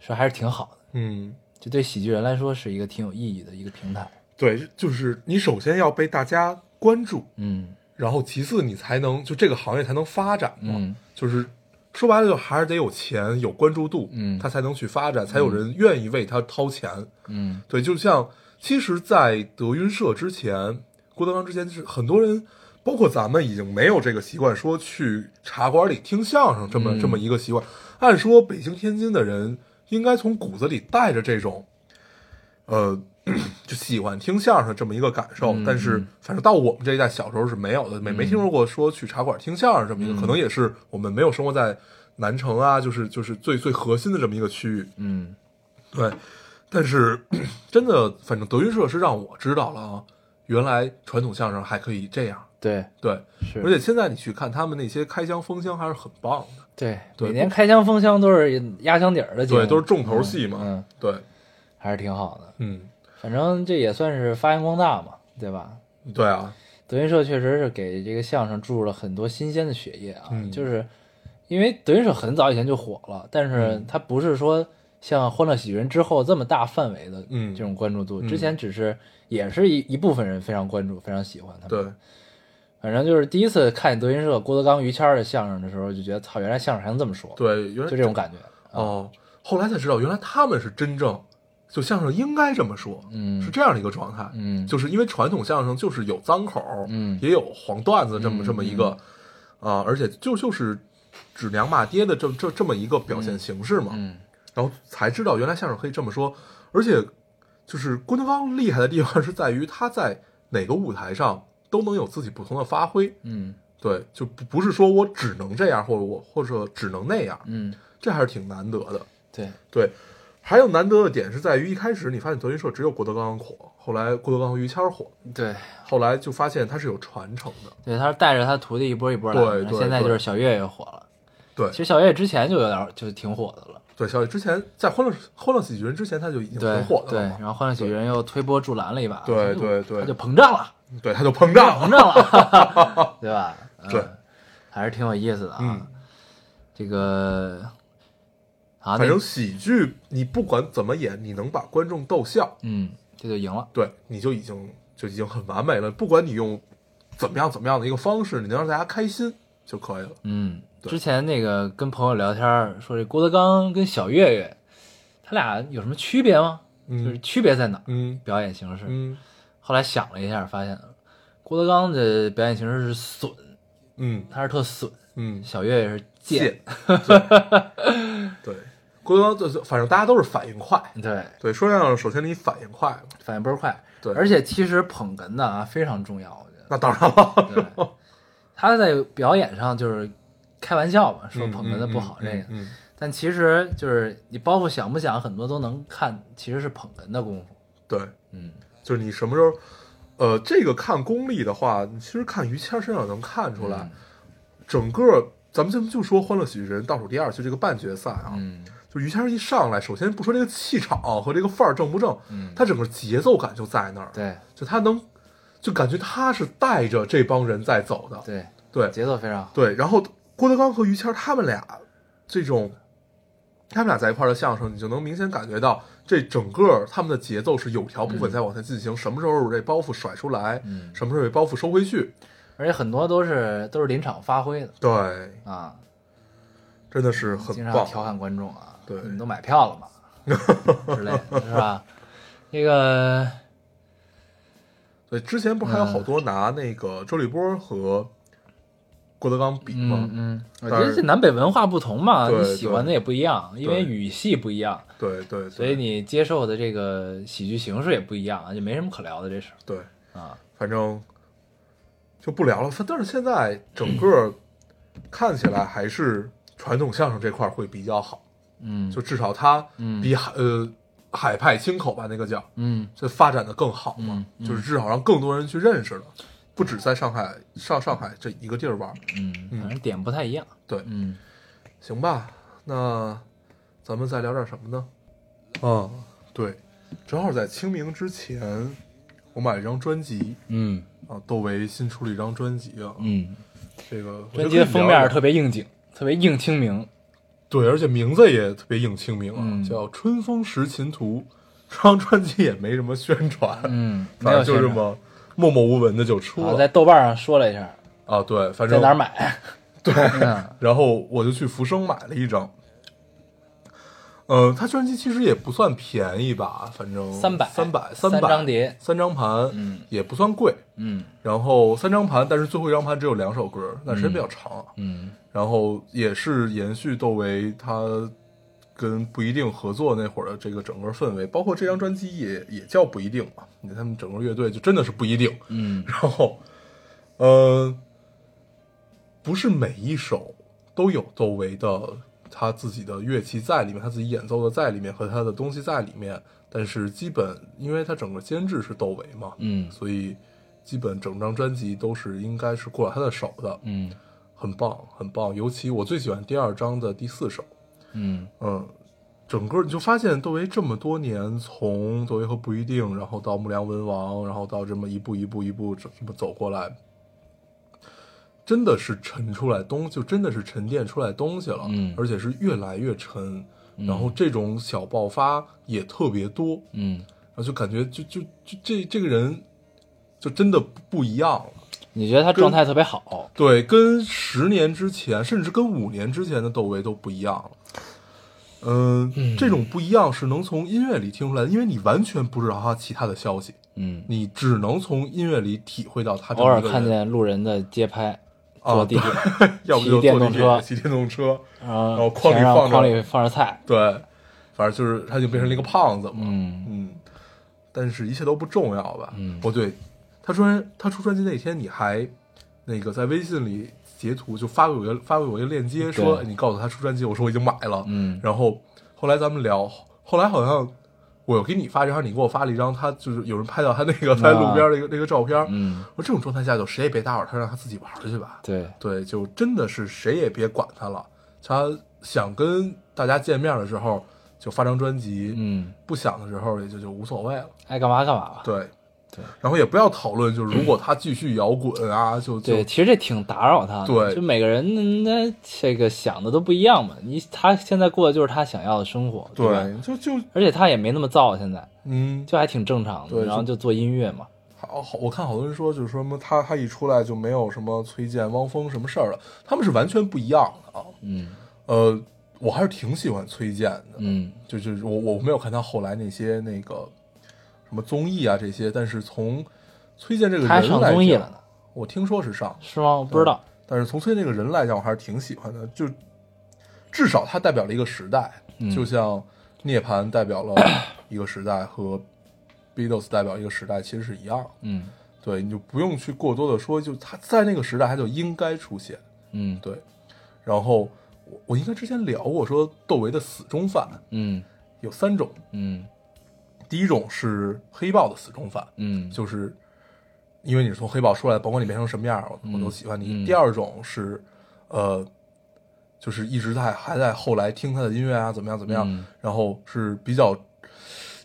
[SPEAKER 2] 说还是挺好的，
[SPEAKER 1] 嗯，
[SPEAKER 2] 就对喜剧人来说是一个挺有意义的一个平台。
[SPEAKER 1] 对，就是你首先要被大家关注，
[SPEAKER 2] 嗯
[SPEAKER 1] 然后其次你才能就这个行业才能发展嘛。
[SPEAKER 2] 嗯
[SPEAKER 1] 就是说白了，就还是得有钱、有关注度，
[SPEAKER 2] 嗯
[SPEAKER 1] 他才能去发展，才有人愿意为他掏钱。
[SPEAKER 2] 嗯
[SPEAKER 1] 对，就像其实，在德云社之前，郭德纲之前，就是很多人，包括咱们，已经没有这个习惯说去茶馆里听相声这么、
[SPEAKER 2] 嗯
[SPEAKER 1] 这么一个习惯。按说，北京、天津的人应该从骨子里带着这种，呃。就喜欢听相声这么一个感受，
[SPEAKER 2] 嗯
[SPEAKER 1] 但是反正到我们这一代小时候是没有的，没没听说过说去茶馆听相声这么一个，
[SPEAKER 2] 嗯
[SPEAKER 1] 可能也是我们没有生活在南城啊，就是就是最最核心的这么一个区域。
[SPEAKER 2] 嗯
[SPEAKER 1] 对，但是 真的，反正德云社是让我知道了啊，原来传统相声还可以这样。
[SPEAKER 2] 对，
[SPEAKER 1] 对，
[SPEAKER 2] 是，
[SPEAKER 1] 而且现在你去看他们那些开箱封箱还是很棒的，
[SPEAKER 2] 对
[SPEAKER 1] 对
[SPEAKER 2] 每年开箱封箱都是压箱底儿的节目，
[SPEAKER 1] 对，都是重头戏嘛。
[SPEAKER 2] 嗯嗯
[SPEAKER 1] 对，
[SPEAKER 2] 还是挺好的。
[SPEAKER 1] 嗯，
[SPEAKER 2] 反正这也算是发扬光大嘛，对吧？
[SPEAKER 1] 对啊，
[SPEAKER 2] 德云社确实是给这个相声注入了很多新鲜的血液啊，
[SPEAKER 1] 嗯
[SPEAKER 2] 就是因为德云社很早以前就火了，但
[SPEAKER 1] 嗯
[SPEAKER 2] 是它不是说像《欢乐喜剧人》之后这么大范围的
[SPEAKER 1] 嗯
[SPEAKER 2] 这种关注度，
[SPEAKER 1] 嗯
[SPEAKER 2] 之前只是也是一一部分人非常关注、非常喜欢他们。
[SPEAKER 1] 对，
[SPEAKER 2] 反正就是第一次看德云社郭德纲、于谦儿的相声的时候，就觉得操，原来相声还能这么说，
[SPEAKER 1] 对，原来
[SPEAKER 2] 就这种感觉。
[SPEAKER 1] 哦。后来才知道，原来他们是真正就相声应该这么说，
[SPEAKER 2] 嗯
[SPEAKER 1] 是这样的一个状态。
[SPEAKER 2] 嗯，
[SPEAKER 1] 就是因为传统相声就是有脏口，
[SPEAKER 2] 嗯
[SPEAKER 1] 也有黄段子这么、
[SPEAKER 2] 嗯
[SPEAKER 1] 这么一个，啊、而且就就是指娘骂爹的这这这么一个表现形式嘛，
[SPEAKER 2] 嗯
[SPEAKER 1] 然后才知道原来相声可以这么说，而且就是郭德纲厉害的地方是在于他在哪个舞台上都能有自己不同的发挥，
[SPEAKER 2] 嗯
[SPEAKER 1] 对，就不不是说我只能这样，或者我或者只能那样，
[SPEAKER 2] 嗯，
[SPEAKER 1] 这还是挺难得的，
[SPEAKER 2] 对，
[SPEAKER 1] 对。还有难得的点是在于，一开始你发现德云社只有郭德纲火，后来郭德纲和于谦儿火，
[SPEAKER 2] 对，
[SPEAKER 1] 后来就发现它是有传承的，
[SPEAKER 2] 对，他是带着他徒弟一波一波来的，
[SPEAKER 1] 对
[SPEAKER 2] 然后
[SPEAKER 1] 对
[SPEAKER 2] 现在就
[SPEAKER 1] 对
[SPEAKER 2] 是小岳也火了。
[SPEAKER 1] 对
[SPEAKER 2] 其实小岳之前就有点儿就挺火的了，
[SPEAKER 1] 对。小野之前在《欢乐欢乐喜剧人》之前，他就已经
[SPEAKER 2] 对
[SPEAKER 1] 很火
[SPEAKER 2] 对
[SPEAKER 1] 的，了
[SPEAKER 2] 然
[SPEAKER 1] 嘛，
[SPEAKER 2] 后《欢乐喜剧人》又推波助澜了一把，
[SPEAKER 1] 对
[SPEAKER 2] 他就
[SPEAKER 1] 对对
[SPEAKER 2] 他就膨胀了，
[SPEAKER 1] 对，他就膨胀了。
[SPEAKER 2] 膨胀了， 对吧？嗯
[SPEAKER 1] 对，
[SPEAKER 2] 还是挺有意思的啊。
[SPEAKER 1] 嗯
[SPEAKER 2] 这个啊，
[SPEAKER 1] 反
[SPEAKER 2] 那
[SPEAKER 1] 正喜剧你不管怎么演，你能把观众逗笑，
[SPEAKER 2] 嗯，这就赢了，
[SPEAKER 1] 对，你就已经就已经很完美了。不管你用怎么样怎么样的一个方式，你能让大家开心就可以了。
[SPEAKER 2] 嗯。
[SPEAKER 1] 对
[SPEAKER 2] 之前那个跟朋友聊天儿说，这郭德纲跟小岳岳，他俩有什么区别吗？就是
[SPEAKER 1] 嗯
[SPEAKER 2] 区别在哪儿？
[SPEAKER 1] 嗯
[SPEAKER 2] 表演形式，
[SPEAKER 1] 嗯
[SPEAKER 2] 后来想了一下，发现郭德纲的表演形式是损，
[SPEAKER 1] 嗯
[SPEAKER 2] 他是特损；
[SPEAKER 1] 嗯，
[SPEAKER 2] 小岳也是
[SPEAKER 1] 贱
[SPEAKER 2] 贱，，
[SPEAKER 1] 对，对郭德纲就是反正大家都是反应快，
[SPEAKER 2] 对，
[SPEAKER 1] 对，说相声首先你反应快嘛，
[SPEAKER 2] 反应倍儿快。
[SPEAKER 1] 对
[SPEAKER 2] 而且其实捧哏的啊非常重要，我觉得。
[SPEAKER 1] 那当然了，
[SPEAKER 2] 对，他在表演上就是开玩笑嘛，说捧哏的不好这个，
[SPEAKER 1] 嗯嗯，嗯嗯
[SPEAKER 2] 但其实就是你包括想不想，很多都能看，其实是捧哏的功夫。
[SPEAKER 1] 对。
[SPEAKER 2] 嗯，
[SPEAKER 1] 就是你什么时候，呃，这个看功力的话，你其实看于谦身上能看出
[SPEAKER 2] 嗯
[SPEAKER 1] 来，整个咱们咱们就说《欢乐喜剧人》倒数第二，就这个半决赛啊，
[SPEAKER 2] 嗯
[SPEAKER 1] 就于谦一上来，首先不说这个气场和这个范儿正不正，
[SPEAKER 2] 嗯，
[SPEAKER 1] 他整个节奏感就在那儿，
[SPEAKER 2] 对
[SPEAKER 1] 就他能，就感觉他是带着这帮人在走的，
[SPEAKER 2] 对
[SPEAKER 1] 对
[SPEAKER 2] 节奏非常好。
[SPEAKER 1] 对然后郭德纲和于谦他们俩这种。他们俩在一块儿的相声，你就能明显感觉到，这整个他们的节奏是有条不紊在往前进行。什么时候这包袱甩出来，
[SPEAKER 2] 嗯，
[SPEAKER 1] 什么时候给包袱收回去？
[SPEAKER 2] 而且很多都是都是临场发挥的
[SPEAKER 1] 对，
[SPEAKER 2] 啊，
[SPEAKER 1] 真的是很
[SPEAKER 2] 经常
[SPEAKER 1] 棒。
[SPEAKER 2] 调侃观众啊，
[SPEAKER 1] 对
[SPEAKER 2] 你们都买票 了嘛之类的，是吧？那个，嗯
[SPEAKER 1] 对，之前不是还有好多拿那个周立波和郭德纲比嘛
[SPEAKER 2] 嗯，嗯，我觉
[SPEAKER 1] 但
[SPEAKER 2] 得
[SPEAKER 1] 是
[SPEAKER 2] 这南北文化不同嘛，
[SPEAKER 1] 对
[SPEAKER 2] 你喜欢的也不一样，因为
[SPEAKER 1] 对
[SPEAKER 2] 语系不一样，
[SPEAKER 1] 对对，对
[SPEAKER 2] 所以你接受的这个喜剧形式也不一样，啊就没什么可聊的这事儿
[SPEAKER 1] 对，
[SPEAKER 2] 啊。
[SPEAKER 1] 反正就不聊了。但是现在整个看起来还是传统相声这块儿会比较好，
[SPEAKER 2] 嗯
[SPEAKER 1] 就至少它
[SPEAKER 2] 嗯
[SPEAKER 1] 比海呃海派清口吧那个叫，
[SPEAKER 2] 嗯
[SPEAKER 1] 就发展的更好嘛
[SPEAKER 2] 嗯，嗯
[SPEAKER 1] 就是至少让更多人去认识了，不止在上海上上海这一个地儿玩儿。
[SPEAKER 2] 嗯，
[SPEAKER 1] 嗯
[SPEAKER 2] 反正点不太一样。
[SPEAKER 1] 对
[SPEAKER 2] 嗯，
[SPEAKER 1] 行吧，那咱们再聊点什么呢？嗯，对，正好在清明之前，我买了一张专辑
[SPEAKER 2] 嗯
[SPEAKER 1] 啊，窦唯新出了一张专辑啊，
[SPEAKER 2] 嗯，
[SPEAKER 1] 这个我觉得
[SPEAKER 2] 专辑的
[SPEAKER 1] 可以聊
[SPEAKER 2] 封面
[SPEAKER 1] 聊
[SPEAKER 2] 特别应景，特别应清明。
[SPEAKER 1] 对，而且名字也特别应清明啊，
[SPEAKER 2] 嗯
[SPEAKER 1] 叫《春风识琴图》， 这张专辑也没什么宣传，
[SPEAKER 2] 嗯，没
[SPEAKER 1] 反
[SPEAKER 2] 有
[SPEAKER 1] 正就
[SPEAKER 2] 宣
[SPEAKER 1] 这
[SPEAKER 2] 传。
[SPEAKER 1] 么默默无闻的就出
[SPEAKER 2] 我
[SPEAKER 1] 了
[SPEAKER 2] 在豆瓣上说了一下，
[SPEAKER 1] 啊，对，反
[SPEAKER 2] 在
[SPEAKER 1] 正
[SPEAKER 2] 哪儿买？
[SPEAKER 1] 对，
[SPEAKER 2] 嗯
[SPEAKER 1] 然后我就去福生买了一张。呃，他专辑其实也不算便宜吧，反正
[SPEAKER 2] 300
[SPEAKER 1] 三百
[SPEAKER 2] 三
[SPEAKER 1] 百
[SPEAKER 2] 张碟
[SPEAKER 1] 三张盘，
[SPEAKER 2] 嗯，
[SPEAKER 1] 也不算贵。
[SPEAKER 2] 嗯
[SPEAKER 1] 然后三张盘，但是最后一张盘只有两首歌，那时间比较长啊。
[SPEAKER 2] 嗯
[SPEAKER 1] 然后也是延续窦唯他跟不一定合作那会儿的这个整个氛围，包括这张专辑也也叫不一定嘛，你看他们整个乐队就真的是不一定。
[SPEAKER 2] 嗯
[SPEAKER 1] 然后，呃，不是每一首都有窦唯的他自己的乐器在里面，他自己演奏的在里面和他的东西在里面，但是基本因为他整个监制是窦唯嘛，
[SPEAKER 2] 嗯
[SPEAKER 1] 所以基本整张专辑都是应该是过了他的手的，
[SPEAKER 2] 嗯
[SPEAKER 1] 很棒，很棒。尤其我最喜欢第二章的第四首，
[SPEAKER 2] 嗯
[SPEAKER 1] 嗯，整个你就发现窦唯这么多年，从窦唯和不一定，然后到木良文王，然后到这么一步一步一步这么走过来，真的是沉出来东，就真的是沉淀出来东西了，
[SPEAKER 2] 嗯
[SPEAKER 1] 而且是越来越沉。然后这种小爆发也特别多，
[SPEAKER 2] 嗯，
[SPEAKER 1] 然后就感觉就就就这这个人就真的不不一样了。
[SPEAKER 2] 你觉得他状态特别好？
[SPEAKER 1] 对，跟十年之前，甚至跟五年之前的窦唯都不一样了。嗯，这种不一样是能从音乐里听出来的，因为你完全不知道他其他的消息，
[SPEAKER 2] 嗯，
[SPEAKER 1] 你只能从音乐里体会到他这
[SPEAKER 2] 偶
[SPEAKER 1] 么
[SPEAKER 2] 尔
[SPEAKER 1] 一个
[SPEAKER 2] 看
[SPEAKER 1] 人，
[SPEAKER 2] 见路人的街拍，
[SPEAKER 1] 啊
[SPEAKER 2] 坐地铁，
[SPEAKER 1] 要不就
[SPEAKER 2] 骑电
[SPEAKER 1] 坐地
[SPEAKER 2] 动
[SPEAKER 1] 铁
[SPEAKER 2] 车
[SPEAKER 1] 骑电动车，
[SPEAKER 2] 然
[SPEAKER 1] 后
[SPEAKER 2] 后
[SPEAKER 1] 框里
[SPEAKER 2] 全让
[SPEAKER 1] 放着
[SPEAKER 2] 筐里放着菜。
[SPEAKER 1] 对，反正就是他就变成了一个胖子嘛。
[SPEAKER 2] 嗯
[SPEAKER 1] 嗯，但是一切都不重要吧？
[SPEAKER 2] 嗯
[SPEAKER 1] 哦对，他专他出专辑那天，你还那个在微信里截图就发给我一个发给我一个链接，说哎
[SPEAKER 2] 对
[SPEAKER 1] 你告诉他出专辑，我说我已经买了。
[SPEAKER 2] 嗯
[SPEAKER 1] 然后后来咱们聊，后来好像我有给你发一张，你给我发了一张，他就是有人拍到他那个在路边那个、那个照片。
[SPEAKER 2] 嗯，
[SPEAKER 1] 我说这种状态下就谁也别打扰他，让他自己玩去吧。
[SPEAKER 2] 对，
[SPEAKER 1] 对，就真的是谁也别管他了。他想跟大家见面的时候就发张专辑，
[SPEAKER 2] 嗯，
[SPEAKER 1] 不想的时候也就就无所谓了。
[SPEAKER 2] 爱干嘛干嘛吧。
[SPEAKER 1] 对，
[SPEAKER 2] 对，
[SPEAKER 1] 然后也不要讨论，就是如果他继续摇滚啊，就就
[SPEAKER 2] 对，其实这挺打扰他的。
[SPEAKER 1] 对
[SPEAKER 2] 就每个人嗯那这个想的都不一样嘛。你他现在过的就是他想要的生活，对吧？
[SPEAKER 1] 对，就就
[SPEAKER 2] 而且他也没那么燥，现在
[SPEAKER 1] 嗯，
[SPEAKER 2] 就还挺正常的。
[SPEAKER 1] 对
[SPEAKER 2] 然后
[SPEAKER 1] 就
[SPEAKER 2] 就做音乐嘛。
[SPEAKER 1] 好好，我看好多人说，就是说什么他他一出来就没有什么崔健、汪峰什么事儿了，他们是完全不一样的啊。
[SPEAKER 2] 嗯
[SPEAKER 1] 呃，我还是挺喜欢崔健的，
[SPEAKER 2] 嗯
[SPEAKER 1] 就就是我我没有看他后来那些那个什么综艺啊这些，但是从崔健这个人
[SPEAKER 2] 他还上
[SPEAKER 1] 来
[SPEAKER 2] 综艺
[SPEAKER 1] 讲
[SPEAKER 2] 了呢，
[SPEAKER 1] 我听说是上，
[SPEAKER 2] 是吗？我不知道。
[SPEAKER 1] 但是从崔健这个人来讲，我还是挺喜欢的，就至少他代表了一个时代，
[SPEAKER 2] 嗯
[SPEAKER 1] 就像涅槃代表了一个时代和 Beatles 代表一个时代，其实是一样的。
[SPEAKER 2] 嗯
[SPEAKER 1] 对，你就不用去过多的说，就他在那个时代他就应该出现。
[SPEAKER 2] 嗯
[SPEAKER 1] 对，然后我我应该之前聊过说窦唯的死忠粉
[SPEAKER 2] 嗯
[SPEAKER 1] 有三种，
[SPEAKER 2] 嗯
[SPEAKER 1] 第一种是黑豹的死忠粉，
[SPEAKER 2] 嗯，
[SPEAKER 1] 就是因为你是从黑豹出来的，甭管你变成什么样，我我都喜欢你。
[SPEAKER 2] 嗯
[SPEAKER 1] 第二种是，呃，就是一直在还在后来听他的音乐啊，怎么样怎么样，
[SPEAKER 2] 嗯
[SPEAKER 1] 然后是比较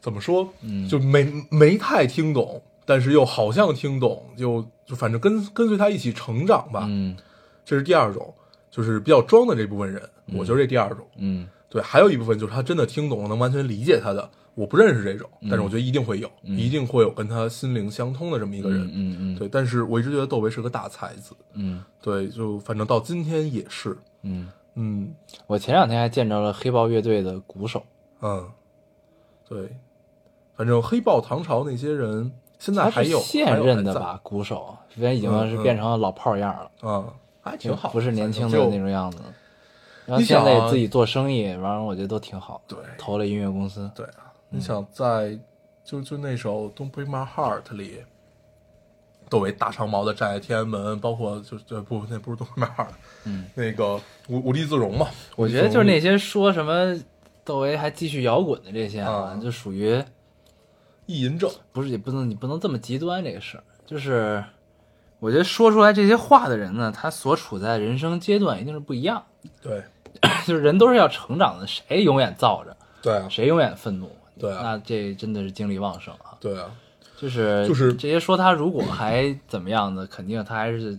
[SPEAKER 1] 怎么说，
[SPEAKER 2] 嗯
[SPEAKER 1] 就没没太听懂，但是又好像听懂，就就反正跟跟随他一起成长吧，
[SPEAKER 2] 嗯
[SPEAKER 1] 这是第二种，就是比较装的这部分人，我就是这第二种。
[SPEAKER 2] 嗯
[SPEAKER 1] 对，还有一部分就是他真的听懂了，能完全理解他的。我不认识这种，
[SPEAKER 2] 嗯
[SPEAKER 1] 但是我觉得一定会有，一定会有跟他心灵相通的这么一个人。
[SPEAKER 2] 嗯嗯
[SPEAKER 1] 对，但是我一直觉得窦唯是个大才子，
[SPEAKER 2] 嗯
[SPEAKER 1] 对，就反正到今天也是，
[SPEAKER 2] 嗯，
[SPEAKER 1] 嗯
[SPEAKER 2] 我前两天还见着了黑豹乐队的鼓手，
[SPEAKER 1] 嗯，对，反正黑豹、唐朝那些人现在
[SPEAKER 2] 他
[SPEAKER 1] 还
[SPEAKER 2] 是
[SPEAKER 1] 有
[SPEAKER 2] 现任的
[SPEAKER 1] 还有还
[SPEAKER 2] 吧？鼓手，虽然
[SPEAKER 1] 嗯
[SPEAKER 2] 已经是
[SPEAKER 1] 嗯
[SPEAKER 2] 变成了老炮儿样了，
[SPEAKER 1] 在啊、还挺好的，
[SPEAKER 2] 不是年轻的
[SPEAKER 1] 反正
[SPEAKER 2] 那
[SPEAKER 1] 就
[SPEAKER 2] 种样子。然后
[SPEAKER 1] 你
[SPEAKER 2] 现
[SPEAKER 1] 想
[SPEAKER 2] 在
[SPEAKER 1] 啊
[SPEAKER 2] 自己做生意，完了我觉得都挺好。
[SPEAKER 1] 对
[SPEAKER 2] 投了音乐公司，
[SPEAKER 1] 对啊，你想在就就那首《Don't Break My Heart》里，窦唯大长毛的站在天安门，包括就就不那不是《Don't Break My Heart》，
[SPEAKER 2] 嗯，
[SPEAKER 1] 那个无无地自容嘛，
[SPEAKER 2] 我觉得就是那些说什么窦唯还继续摇滚的这些
[SPEAKER 1] 啊
[SPEAKER 2] 就属于
[SPEAKER 1] 意淫症，
[SPEAKER 2] 不是也不能你不能这么极端这个事儿，就是我觉得说出来这些话的人呢，他所处在人生阶段一定是不一样，
[SPEAKER 1] 对
[SPEAKER 2] 就是人都是要成长的，谁永远燥着，
[SPEAKER 1] 对啊，
[SPEAKER 2] 谁永远愤怒，
[SPEAKER 1] 对啊
[SPEAKER 2] 那这真的是精力旺盛啊，
[SPEAKER 1] 对啊，
[SPEAKER 2] 就是
[SPEAKER 1] 就是
[SPEAKER 2] 这些说他如果还怎么样呢，肯定他还是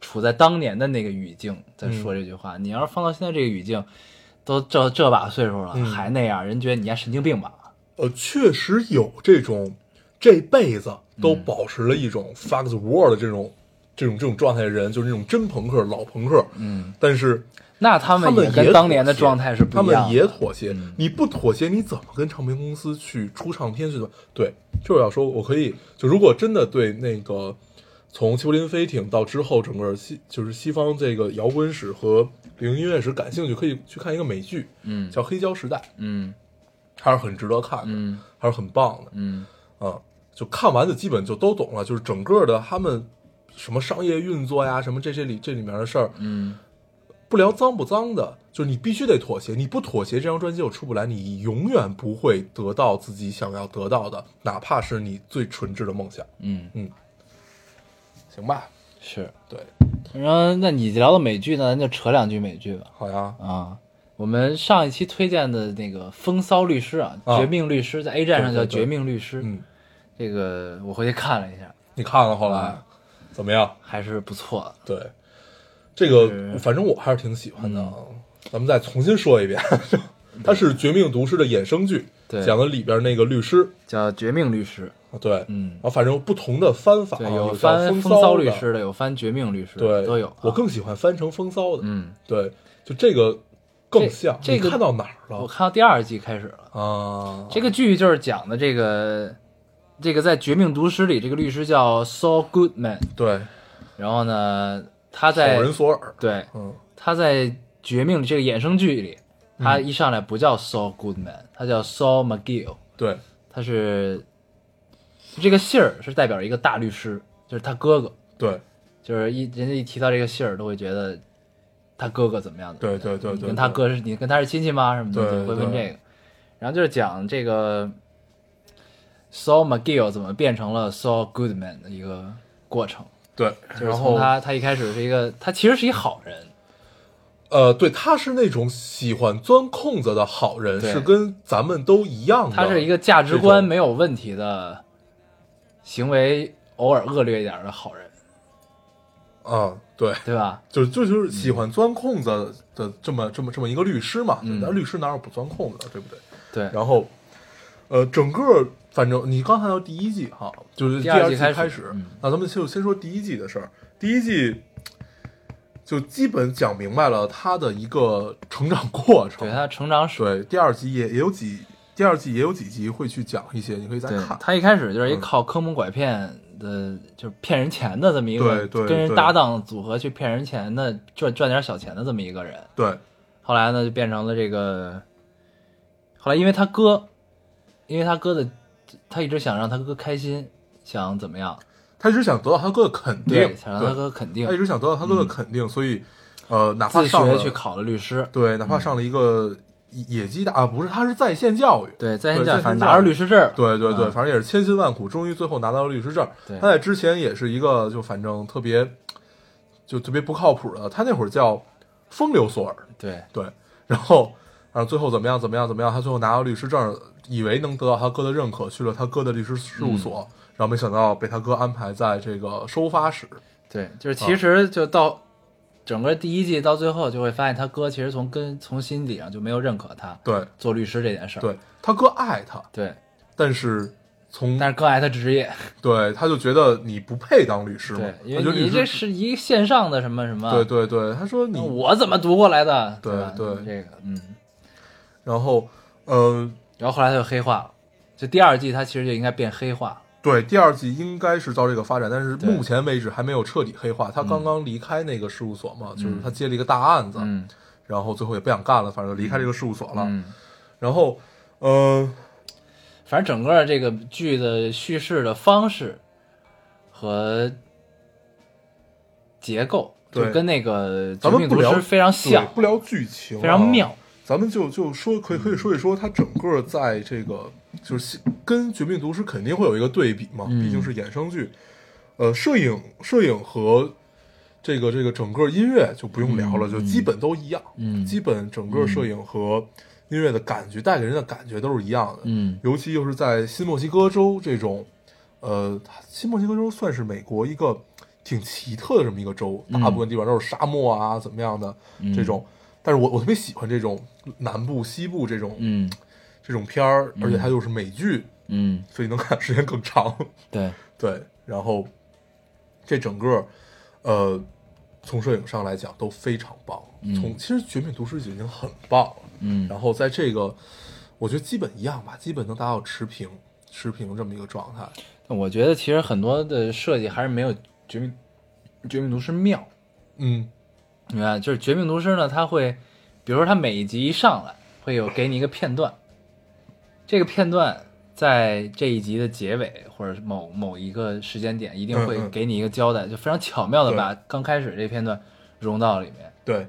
[SPEAKER 2] 处在当年的那个语境在说这句话，你要是放到现在这个语境，都这这把岁数了、
[SPEAKER 1] 嗯
[SPEAKER 2] 还那样，人觉得你家神经病吧。
[SPEAKER 1] 呃，确实有这种这辈子都
[SPEAKER 2] 嗯
[SPEAKER 1] 保持了一种 fuck the world 的这种、这种这种状态的人，就是那种真朋克、老朋克。
[SPEAKER 2] 嗯，
[SPEAKER 1] 但是
[SPEAKER 2] 那他
[SPEAKER 1] 他
[SPEAKER 2] 们也
[SPEAKER 1] 们
[SPEAKER 2] 跟当年的
[SPEAKER 1] 妥协
[SPEAKER 2] 状态是不
[SPEAKER 1] 他
[SPEAKER 2] 一样的。
[SPEAKER 1] 们也妥协。
[SPEAKER 2] 嗯
[SPEAKER 1] 你不妥协，你怎么跟唱片公司去出唱片去的？对，就是要说，我可以就如果真的对那个从齐柏林飞艇到之后整个西就是西方这个摇滚史和流行音乐史感兴趣，可以去看一个美剧
[SPEAKER 2] 嗯
[SPEAKER 1] 叫《黑胶时代》，
[SPEAKER 2] 嗯
[SPEAKER 1] 还是很值得看的，
[SPEAKER 2] 嗯
[SPEAKER 1] 还是很棒的。
[SPEAKER 2] 嗯
[SPEAKER 1] 啊，就看完就基本就都懂了，就是整个的他们什么商业运作呀，什么这这里这里面的事儿，
[SPEAKER 2] 嗯
[SPEAKER 1] 不聊脏不脏的，就是你必须得妥协，你不妥协，这张专辑就出不来，你永远不会得到自己想要得到的，哪怕是你最纯挚的梦想，
[SPEAKER 2] 嗯，
[SPEAKER 1] 行吧？
[SPEAKER 2] 是。
[SPEAKER 1] 对，
[SPEAKER 2] 然后，那你聊到美剧呢，咱就扯两句美剧吧。
[SPEAKER 1] 好呀，
[SPEAKER 2] 啊，我们上一期推荐的那个《风骚律师》啊，
[SPEAKER 1] 啊
[SPEAKER 2] 绝命律师》在 A 站上叫
[SPEAKER 1] 对
[SPEAKER 2] 《
[SPEAKER 1] 对对
[SPEAKER 2] 绝命律师》
[SPEAKER 1] 嗯，
[SPEAKER 2] 这个我回去看了一下，
[SPEAKER 1] 你看了后来
[SPEAKER 2] 啊
[SPEAKER 1] 怎么样？
[SPEAKER 2] 还是不错的。
[SPEAKER 1] 对，这个反正我还是挺喜欢
[SPEAKER 2] 嗯
[SPEAKER 1] 的啊。咱们再重新说一 遍，它是《绝命毒师》的衍生剧，
[SPEAKER 2] 对
[SPEAKER 1] 讲的里边那个律师，
[SPEAKER 2] 叫《绝命律师》，
[SPEAKER 1] 啊对，
[SPEAKER 2] 嗯
[SPEAKER 1] 然后反正有不同的翻法，
[SPEAKER 2] 对，
[SPEAKER 1] 啊
[SPEAKER 2] 有
[SPEAKER 1] 叫
[SPEAKER 2] 翻《
[SPEAKER 1] 风
[SPEAKER 2] 风骚
[SPEAKER 1] 骚
[SPEAKER 2] 律
[SPEAKER 1] 的
[SPEAKER 2] 师》的，有翻《绝命律师》的，
[SPEAKER 1] 对
[SPEAKER 2] 都有啊。
[SPEAKER 1] 我更喜欢翻成风骚的，
[SPEAKER 2] 嗯，
[SPEAKER 1] 对，就这个更像。
[SPEAKER 2] 这这个
[SPEAKER 1] 你看到哪儿
[SPEAKER 2] 啊我
[SPEAKER 1] 了
[SPEAKER 2] 看到第二季开始了。
[SPEAKER 1] 啊？
[SPEAKER 2] 这个剧就是讲的这个，这个在《绝命毒师》里，这个律师叫 Saul Goodman，
[SPEAKER 1] 对，
[SPEAKER 2] 然后呢，他在
[SPEAKER 1] 某人索尔，
[SPEAKER 2] 对
[SPEAKER 1] 嗯，
[SPEAKER 2] 他在《绝命》这个衍生剧里，他一上来不叫 Saul Goodman，他叫 Saul McGill，
[SPEAKER 1] 对，
[SPEAKER 2] 他是这个姓儿是代表一个大律师，就是他哥哥，
[SPEAKER 1] 对，
[SPEAKER 2] 就是一人家一提到这个姓儿都会觉得他哥哥怎么样的，
[SPEAKER 1] 对对对对
[SPEAKER 2] 你跟他哥是你跟他是亲戚吗？什么的
[SPEAKER 1] 对
[SPEAKER 2] 就会问
[SPEAKER 1] 对
[SPEAKER 2] 这个，然后就是讲这个 Saul McGill 怎么变成了 Saul Goodman 的一个过程，
[SPEAKER 1] 对，
[SPEAKER 2] 就是
[SPEAKER 1] 然
[SPEAKER 2] 从
[SPEAKER 1] 后
[SPEAKER 2] 他他一开始是一个他其实是一好人，
[SPEAKER 1] 呃，对，他是那种喜欢钻空子的好人，
[SPEAKER 2] 对
[SPEAKER 1] 是跟咱们都一样的。
[SPEAKER 2] 他是一个价值观
[SPEAKER 1] 这种
[SPEAKER 2] 没有问题的，行为偶尔恶劣一点的好人，
[SPEAKER 1] 啊，对，
[SPEAKER 2] 对吧？
[SPEAKER 1] 就就就是喜欢钻空子的这么这么这么一个律师嘛。
[SPEAKER 2] 嗯
[SPEAKER 1] 那律师哪有不钻空子的，对不对？
[SPEAKER 2] 对，
[SPEAKER 1] 然后，呃，整个反正你刚才到第一季哈，就是
[SPEAKER 2] 第二
[SPEAKER 1] 二
[SPEAKER 2] 季
[SPEAKER 1] 季
[SPEAKER 2] 开始
[SPEAKER 1] 开始
[SPEAKER 2] 嗯，
[SPEAKER 1] 那咱们就先说第一季的事儿。第一季就基本讲明白了他的一个成长过程
[SPEAKER 2] 对。他成长史，
[SPEAKER 1] 对，第二季也也有几，第二季也有几集会去讲一些，你可以再
[SPEAKER 2] 对
[SPEAKER 1] 看。
[SPEAKER 2] 他一开始就是一靠坑蒙拐骗的，就是骗人钱的这么一
[SPEAKER 1] 对
[SPEAKER 2] 个
[SPEAKER 1] 对
[SPEAKER 2] 跟人
[SPEAKER 1] 对
[SPEAKER 2] 搭档组合去骗人钱的，赚赚点小钱的这么一个人。
[SPEAKER 1] 对，
[SPEAKER 2] 后来呢，就变成了这个，后来因为他哥，因为他哥的，他一直想让他哥开心，想怎么样？
[SPEAKER 1] 他一直想得到他哥的肯定，
[SPEAKER 2] 对，想让他
[SPEAKER 1] 对
[SPEAKER 2] 哥肯定嗯
[SPEAKER 1] 他一直想得到他哥的肯定，所以，呃，哪怕
[SPEAKER 2] 自
[SPEAKER 1] 上
[SPEAKER 2] 学
[SPEAKER 1] 了
[SPEAKER 2] 去考嗯了律师。
[SPEAKER 1] 对，哪怕上了一个野鸡大啊，不是，他是在线教育，
[SPEAKER 2] 对，在
[SPEAKER 1] 对
[SPEAKER 2] 家
[SPEAKER 1] 在
[SPEAKER 2] 反正
[SPEAKER 1] 家
[SPEAKER 2] 拿着律师证儿，
[SPEAKER 1] 对对对，
[SPEAKER 2] 嗯
[SPEAKER 1] 反正也是千辛万苦，终于最后拿到了律师证
[SPEAKER 2] 对。
[SPEAKER 1] 他在之前也是一个就反正特别就特别不靠谱的，他那会儿叫风流索尔，
[SPEAKER 2] 对，
[SPEAKER 1] 对，然后啊最后怎么样怎么样怎么样，他最后拿到律师证，以为能得到他哥的认可，去了他哥的律师事务所，
[SPEAKER 2] 嗯
[SPEAKER 1] 然后没想到被他哥安排在这个收发室。
[SPEAKER 2] 对，就是
[SPEAKER 1] 啊
[SPEAKER 2] 其实就到整个第一季到最后，就会发现他哥其实从根从心底上就没有认可他
[SPEAKER 1] 对
[SPEAKER 2] 做律师这件事儿。
[SPEAKER 1] 对，他哥爱他，
[SPEAKER 2] 对，
[SPEAKER 1] 但是从
[SPEAKER 2] 但是更爱他职业。
[SPEAKER 1] 对他就觉得你不配当律师嘛
[SPEAKER 2] 对，，因
[SPEAKER 1] 他觉
[SPEAKER 2] 为
[SPEAKER 1] 得
[SPEAKER 2] 你
[SPEAKER 1] 律
[SPEAKER 2] 这
[SPEAKER 1] 师。
[SPEAKER 2] 是一线上的什么什么，
[SPEAKER 1] 对对对，他说你
[SPEAKER 2] 那我怎么读过来的？
[SPEAKER 1] 对
[SPEAKER 2] 吧
[SPEAKER 1] 对
[SPEAKER 2] 这个嗯，
[SPEAKER 1] 然后，呃，呃
[SPEAKER 2] 然后后来他就黑化了，就第二季他其实就应该变黑化了，
[SPEAKER 1] 对，第二季应该是照这个发展，但是
[SPEAKER 2] 对
[SPEAKER 1] 目前为止还没有彻底黑化。他刚刚离开那个事务所嘛，就是他接了一个大案子，
[SPEAKER 2] 嗯
[SPEAKER 1] 然后最后也不想干了，反正就离开这个事务所了。
[SPEAKER 2] 嗯，
[SPEAKER 1] 然后，呃，
[SPEAKER 2] 反正整个这个剧的叙事的方式和结构，就
[SPEAKER 1] 对
[SPEAKER 2] 跟那个《
[SPEAKER 1] 咱
[SPEAKER 2] 绝命
[SPEAKER 1] 们不
[SPEAKER 2] 毒师
[SPEAKER 1] 聊》
[SPEAKER 2] 非常像
[SPEAKER 1] 对，不聊剧情、啊
[SPEAKER 2] 非常妙。。
[SPEAKER 1] 咱们就就说
[SPEAKER 2] 嗯
[SPEAKER 1] 可以可以说一说它整个在这个就是跟《绝命毒师》肯定会有一个对比嘛，
[SPEAKER 2] 嗯
[SPEAKER 1] 毕竟是衍生剧。呃，摄影摄影和这个这个整个音乐就不用聊了，
[SPEAKER 2] 嗯
[SPEAKER 1] 就基本都一样。
[SPEAKER 2] 嗯
[SPEAKER 1] 基本整个摄影和音乐的感觉带给人的感觉都是一样的。
[SPEAKER 2] 嗯
[SPEAKER 1] 尤其又是在新墨西哥州这种，呃，它新墨西哥州算是美国一个挺奇特的这么一个州，
[SPEAKER 2] 嗯
[SPEAKER 1] 大部分地方都是沙漠啊，怎么样的这种。但是我我特别喜欢这种南部、西部这种、
[SPEAKER 2] 嗯
[SPEAKER 1] 这种片儿，而且它又是美剧，
[SPEAKER 2] 嗯，
[SPEAKER 1] 所以能看的时间更长。
[SPEAKER 2] 对，
[SPEAKER 1] 对，然后这整个，呃，从摄影上来讲都非常棒。从其实《绝命毒师》就已经很棒了，
[SPEAKER 2] 嗯
[SPEAKER 1] 然后在这个，我觉得基本一样吧，基本能达到持平，持平这么一个状态。
[SPEAKER 2] 但我觉得其实很多的设计还是没有《绝命绝命毒师》妙。
[SPEAKER 1] 嗯，
[SPEAKER 2] 明白？就是《绝命毒师》呢，它会，比如说它每一集一上来会有给你一个片段，这个片段在这一集的结尾或者是某某一个时间点，一定会
[SPEAKER 1] 嗯嗯
[SPEAKER 2] 给你一个交代，就非常巧妙的
[SPEAKER 1] 对
[SPEAKER 2] 把刚开始这片段融到里面。
[SPEAKER 1] 对，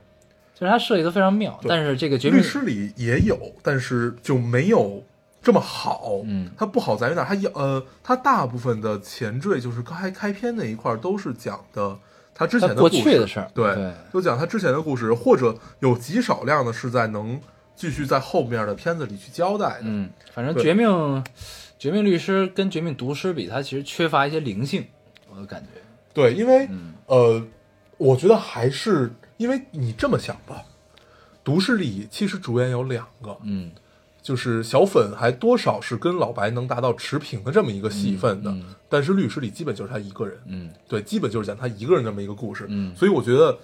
[SPEAKER 2] 就是它设计的非常妙，
[SPEAKER 1] 对
[SPEAKER 2] 但是这个《绝
[SPEAKER 1] 律
[SPEAKER 2] 命
[SPEAKER 1] 师里也有，但是就没有这么好。
[SPEAKER 2] 嗯
[SPEAKER 1] 它不好在于哪儿？它有呃，它大部分的前缀就是开开篇那一块儿都是讲的它之前的
[SPEAKER 2] 它过
[SPEAKER 1] 故
[SPEAKER 2] 去的事儿
[SPEAKER 1] 对，
[SPEAKER 2] 对
[SPEAKER 1] 都讲它之前的故事，或者有极少量的是在能继续在后面的片子里去交代的。
[SPEAKER 2] 嗯，反正《
[SPEAKER 1] 对
[SPEAKER 2] 绝命》《绝命律师》跟《绝命毒师》比，它其实缺乏一些灵性，我的感觉。
[SPEAKER 1] 对，因为、
[SPEAKER 2] 嗯
[SPEAKER 1] 呃，我觉得还是因为你这么想吧，毒师里其实主演有两个，
[SPEAKER 2] 嗯
[SPEAKER 1] 就是小粉还多少是跟老白能达到持平的这么一个戏份的，但是律师里基本就是他一个人，
[SPEAKER 2] 嗯
[SPEAKER 1] 对，基本就是讲他一个人这么一个故事，
[SPEAKER 2] 嗯
[SPEAKER 1] 所以我觉得，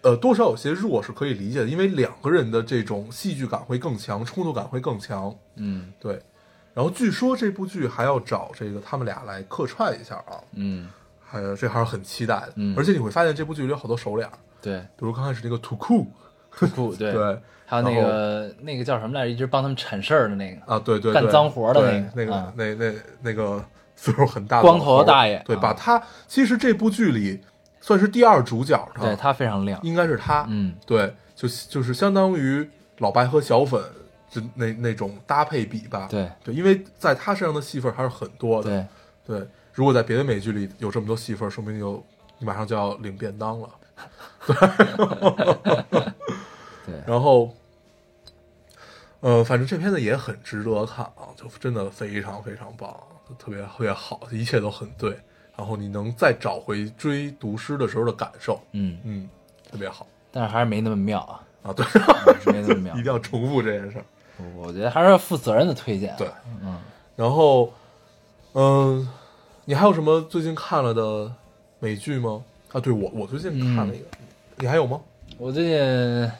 [SPEAKER 1] 呃，多少有些弱是可以理解的，因为两个人的这种戏剧感会更强，冲突感会更强，
[SPEAKER 2] 嗯
[SPEAKER 1] 对。然后据说这部剧还要找这个他们俩来客串一下啊，
[SPEAKER 2] 嗯，
[SPEAKER 1] 还有这还是很期待的，
[SPEAKER 2] 嗯
[SPEAKER 1] 而且你会发现这部剧里有好多熟脸儿，
[SPEAKER 2] 对，
[SPEAKER 1] 比如刚开始那个土库，
[SPEAKER 2] 酷，对
[SPEAKER 1] 对
[SPEAKER 2] 还有那
[SPEAKER 1] 然后
[SPEAKER 2] 个那个叫什么来着，一直帮他们铲事儿的那个，
[SPEAKER 1] 啊，对对，
[SPEAKER 2] 干
[SPEAKER 1] 对
[SPEAKER 2] 脏活的
[SPEAKER 1] 对
[SPEAKER 2] 那
[SPEAKER 1] 那
[SPEAKER 2] 个啊
[SPEAKER 1] 那那那个 岁数很大的
[SPEAKER 2] 光头
[SPEAKER 1] 老头儿
[SPEAKER 2] 大爷
[SPEAKER 1] 对，
[SPEAKER 2] 啊
[SPEAKER 1] 把他其实这部剧里算是第二主角的，
[SPEAKER 2] 对他非常亮。
[SPEAKER 1] 应该是他，
[SPEAKER 2] 嗯
[SPEAKER 1] 对，就就是相当于老白和小粉就那那种搭配比吧，
[SPEAKER 2] 对
[SPEAKER 1] 对，因为在他身上的戏份还是很多的，
[SPEAKER 2] 对，
[SPEAKER 1] 对，如果在别的美剧里有这么多戏份，说明你有你马上就要领便当了。对，
[SPEAKER 2] 对
[SPEAKER 1] 然后，呃，反正这片子也很值得看啊，就真的非常非常棒，特别特别好，一切都很对。然后你能再找回追读诗的时候的感受，
[SPEAKER 2] 嗯，
[SPEAKER 1] 嗯，特别好
[SPEAKER 2] 但是还是没那么妙啊，
[SPEAKER 1] 啊，对，
[SPEAKER 2] 没那么妙
[SPEAKER 1] 一定。要重复这件事儿。
[SPEAKER 2] 我我觉得还是要负责任的推荐。
[SPEAKER 1] 对，
[SPEAKER 2] 嗯，
[SPEAKER 1] 然后，嗯、你还有什么最近看了的美剧吗？啊，对我我最近看了一个，你还有吗？
[SPEAKER 2] 我最近
[SPEAKER 1] 嗯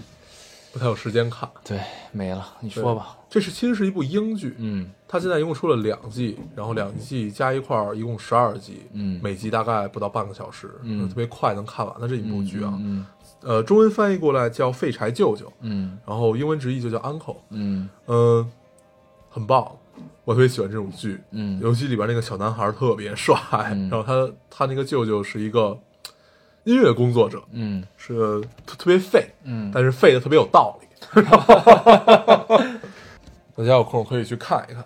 [SPEAKER 1] 不太有时间看。
[SPEAKER 2] 对没了，你说吧。
[SPEAKER 1] 这是其实是一部英剧，
[SPEAKER 2] 嗯
[SPEAKER 1] 它现在一共出了两季，然后两季加一块儿一共十二集，
[SPEAKER 2] 嗯
[SPEAKER 1] 每集大概不到半个小时，
[SPEAKER 2] 嗯
[SPEAKER 1] 特别快能看完的这一部剧啊。
[SPEAKER 2] 嗯
[SPEAKER 1] 呃，中文翻译过来叫《废柴舅舅》，
[SPEAKER 2] 嗯
[SPEAKER 1] 然后英文直译就叫 Uncle。
[SPEAKER 2] 嗯
[SPEAKER 1] 嗯、很棒，我特别喜欢这种剧。
[SPEAKER 2] 嗯
[SPEAKER 1] 尤其里边那个小男孩特别帅，
[SPEAKER 2] 嗯
[SPEAKER 1] 然后他他那个舅舅是一个音乐工作者，
[SPEAKER 2] 嗯
[SPEAKER 1] 是特特别废，
[SPEAKER 2] 嗯
[SPEAKER 1] 但是废的特别有道理。 大家有空可以去看一看。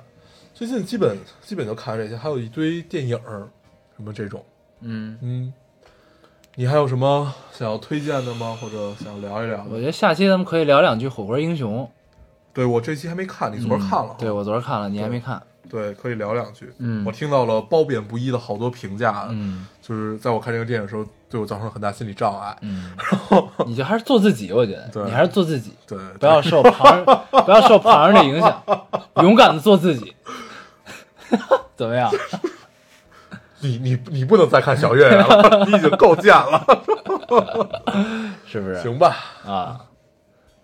[SPEAKER 1] 最近基本基本就看这些，还有一堆电影儿什么这种。
[SPEAKER 2] 嗯，
[SPEAKER 1] 嗯，你还有什么想要推荐的吗？或者想聊一聊
[SPEAKER 2] 我
[SPEAKER 1] 的？
[SPEAKER 2] 觉得下期咱们可以聊两句《火锅英雄
[SPEAKER 1] 对我这期还没看，你》。昨儿看了哈？
[SPEAKER 2] 嗯对我昨儿看了，你还没看。
[SPEAKER 1] 对，可以聊两句。
[SPEAKER 2] 嗯
[SPEAKER 1] 我听到了褒贬不一的好多评价，
[SPEAKER 2] 嗯
[SPEAKER 1] 就是在我看这个电影的时候，对我造成了很大心理障碍。
[SPEAKER 2] 嗯，你就还是做自己，我觉得
[SPEAKER 1] 对
[SPEAKER 2] 你还是做自己。
[SPEAKER 1] 对，
[SPEAKER 2] 不要受旁人不要受旁人的影响，勇敢的做自己， 怎么样？
[SPEAKER 1] 你你你不能再看小岳岳 了，你已经够贱了，
[SPEAKER 2] 是不是？
[SPEAKER 1] 行吧？
[SPEAKER 2] 啊，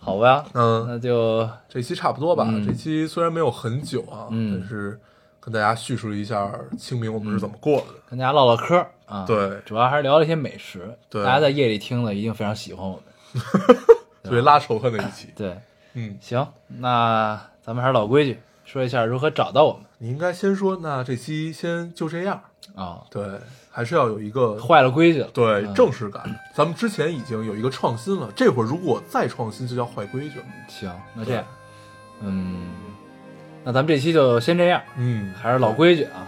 [SPEAKER 2] 好吧，
[SPEAKER 1] 嗯
[SPEAKER 2] 那就
[SPEAKER 1] 这期差不多吧。
[SPEAKER 2] 嗯
[SPEAKER 1] 这期虽然没有很久啊，
[SPEAKER 2] 嗯
[SPEAKER 1] 但是跟大家叙述一下清明我们是怎么过的。
[SPEAKER 2] 跟大家唠唠嗑儿啊。
[SPEAKER 1] 对
[SPEAKER 2] 主要还是聊了一些美食。
[SPEAKER 1] 对
[SPEAKER 2] 大家在夜里听了一定非常喜欢我们。
[SPEAKER 1] 特别拉仇恨的一期。
[SPEAKER 2] 对，
[SPEAKER 1] 嗯，
[SPEAKER 2] 行，那咱们还是老规矩，说一下如何找到我们
[SPEAKER 1] 你应该先说，那这期先就这样。
[SPEAKER 2] 啊。
[SPEAKER 1] 对，还是要有一个
[SPEAKER 2] 坏了规矩了，
[SPEAKER 1] 对
[SPEAKER 2] 嗯
[SPEAKER 1] 正式感。咱们之前已经有一个创新了，这会儿如果再创新，就叫坏规矩了。
[SPEAKER 2] 行，那这样，嗯，那咱们这期就先这样，
[SPEAKER 1] 嗯，
[SPEAKER 2] 还是老规矩啊，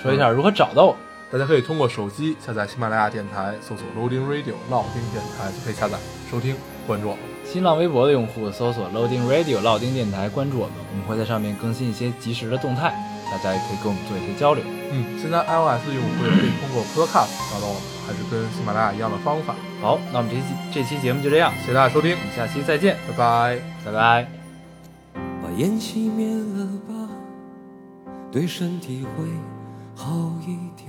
[SPEAKER 2] 说一下如何找到我们。
[SPEAKER 1] 大家可以通过手机下载喜马拉雅电台，搜索 Loading Radio 闹丁电台就可以下载收听关注我们。
[SPEAKER 2] 新浪微博的用户搜索 Loading Radio 老丁电台，关注我们，我们会在上面更新一些及时的动态，大家也可以跟我们做一些交流。
[SPEAKER 1] 嗯，现在 iOS 用户也可以通过 Podcast 找到我们，还是跟喜马拉雅一样的方法。
[SPEAKER 2] 好，那我们这期这期节目就这样，
[SPEAKER 1] 谢谢大家收听，
[SPEAKER 2] 我们下期再见，
[SPEAKER 1] 拜拜。
[SPEAKER 2] 拜拜。
[SPEAKER 3] 把烟熄灭了吧，对身体会好一点。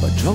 [SPEAKER 3] 把窗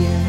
[SPEAKER 3] 念。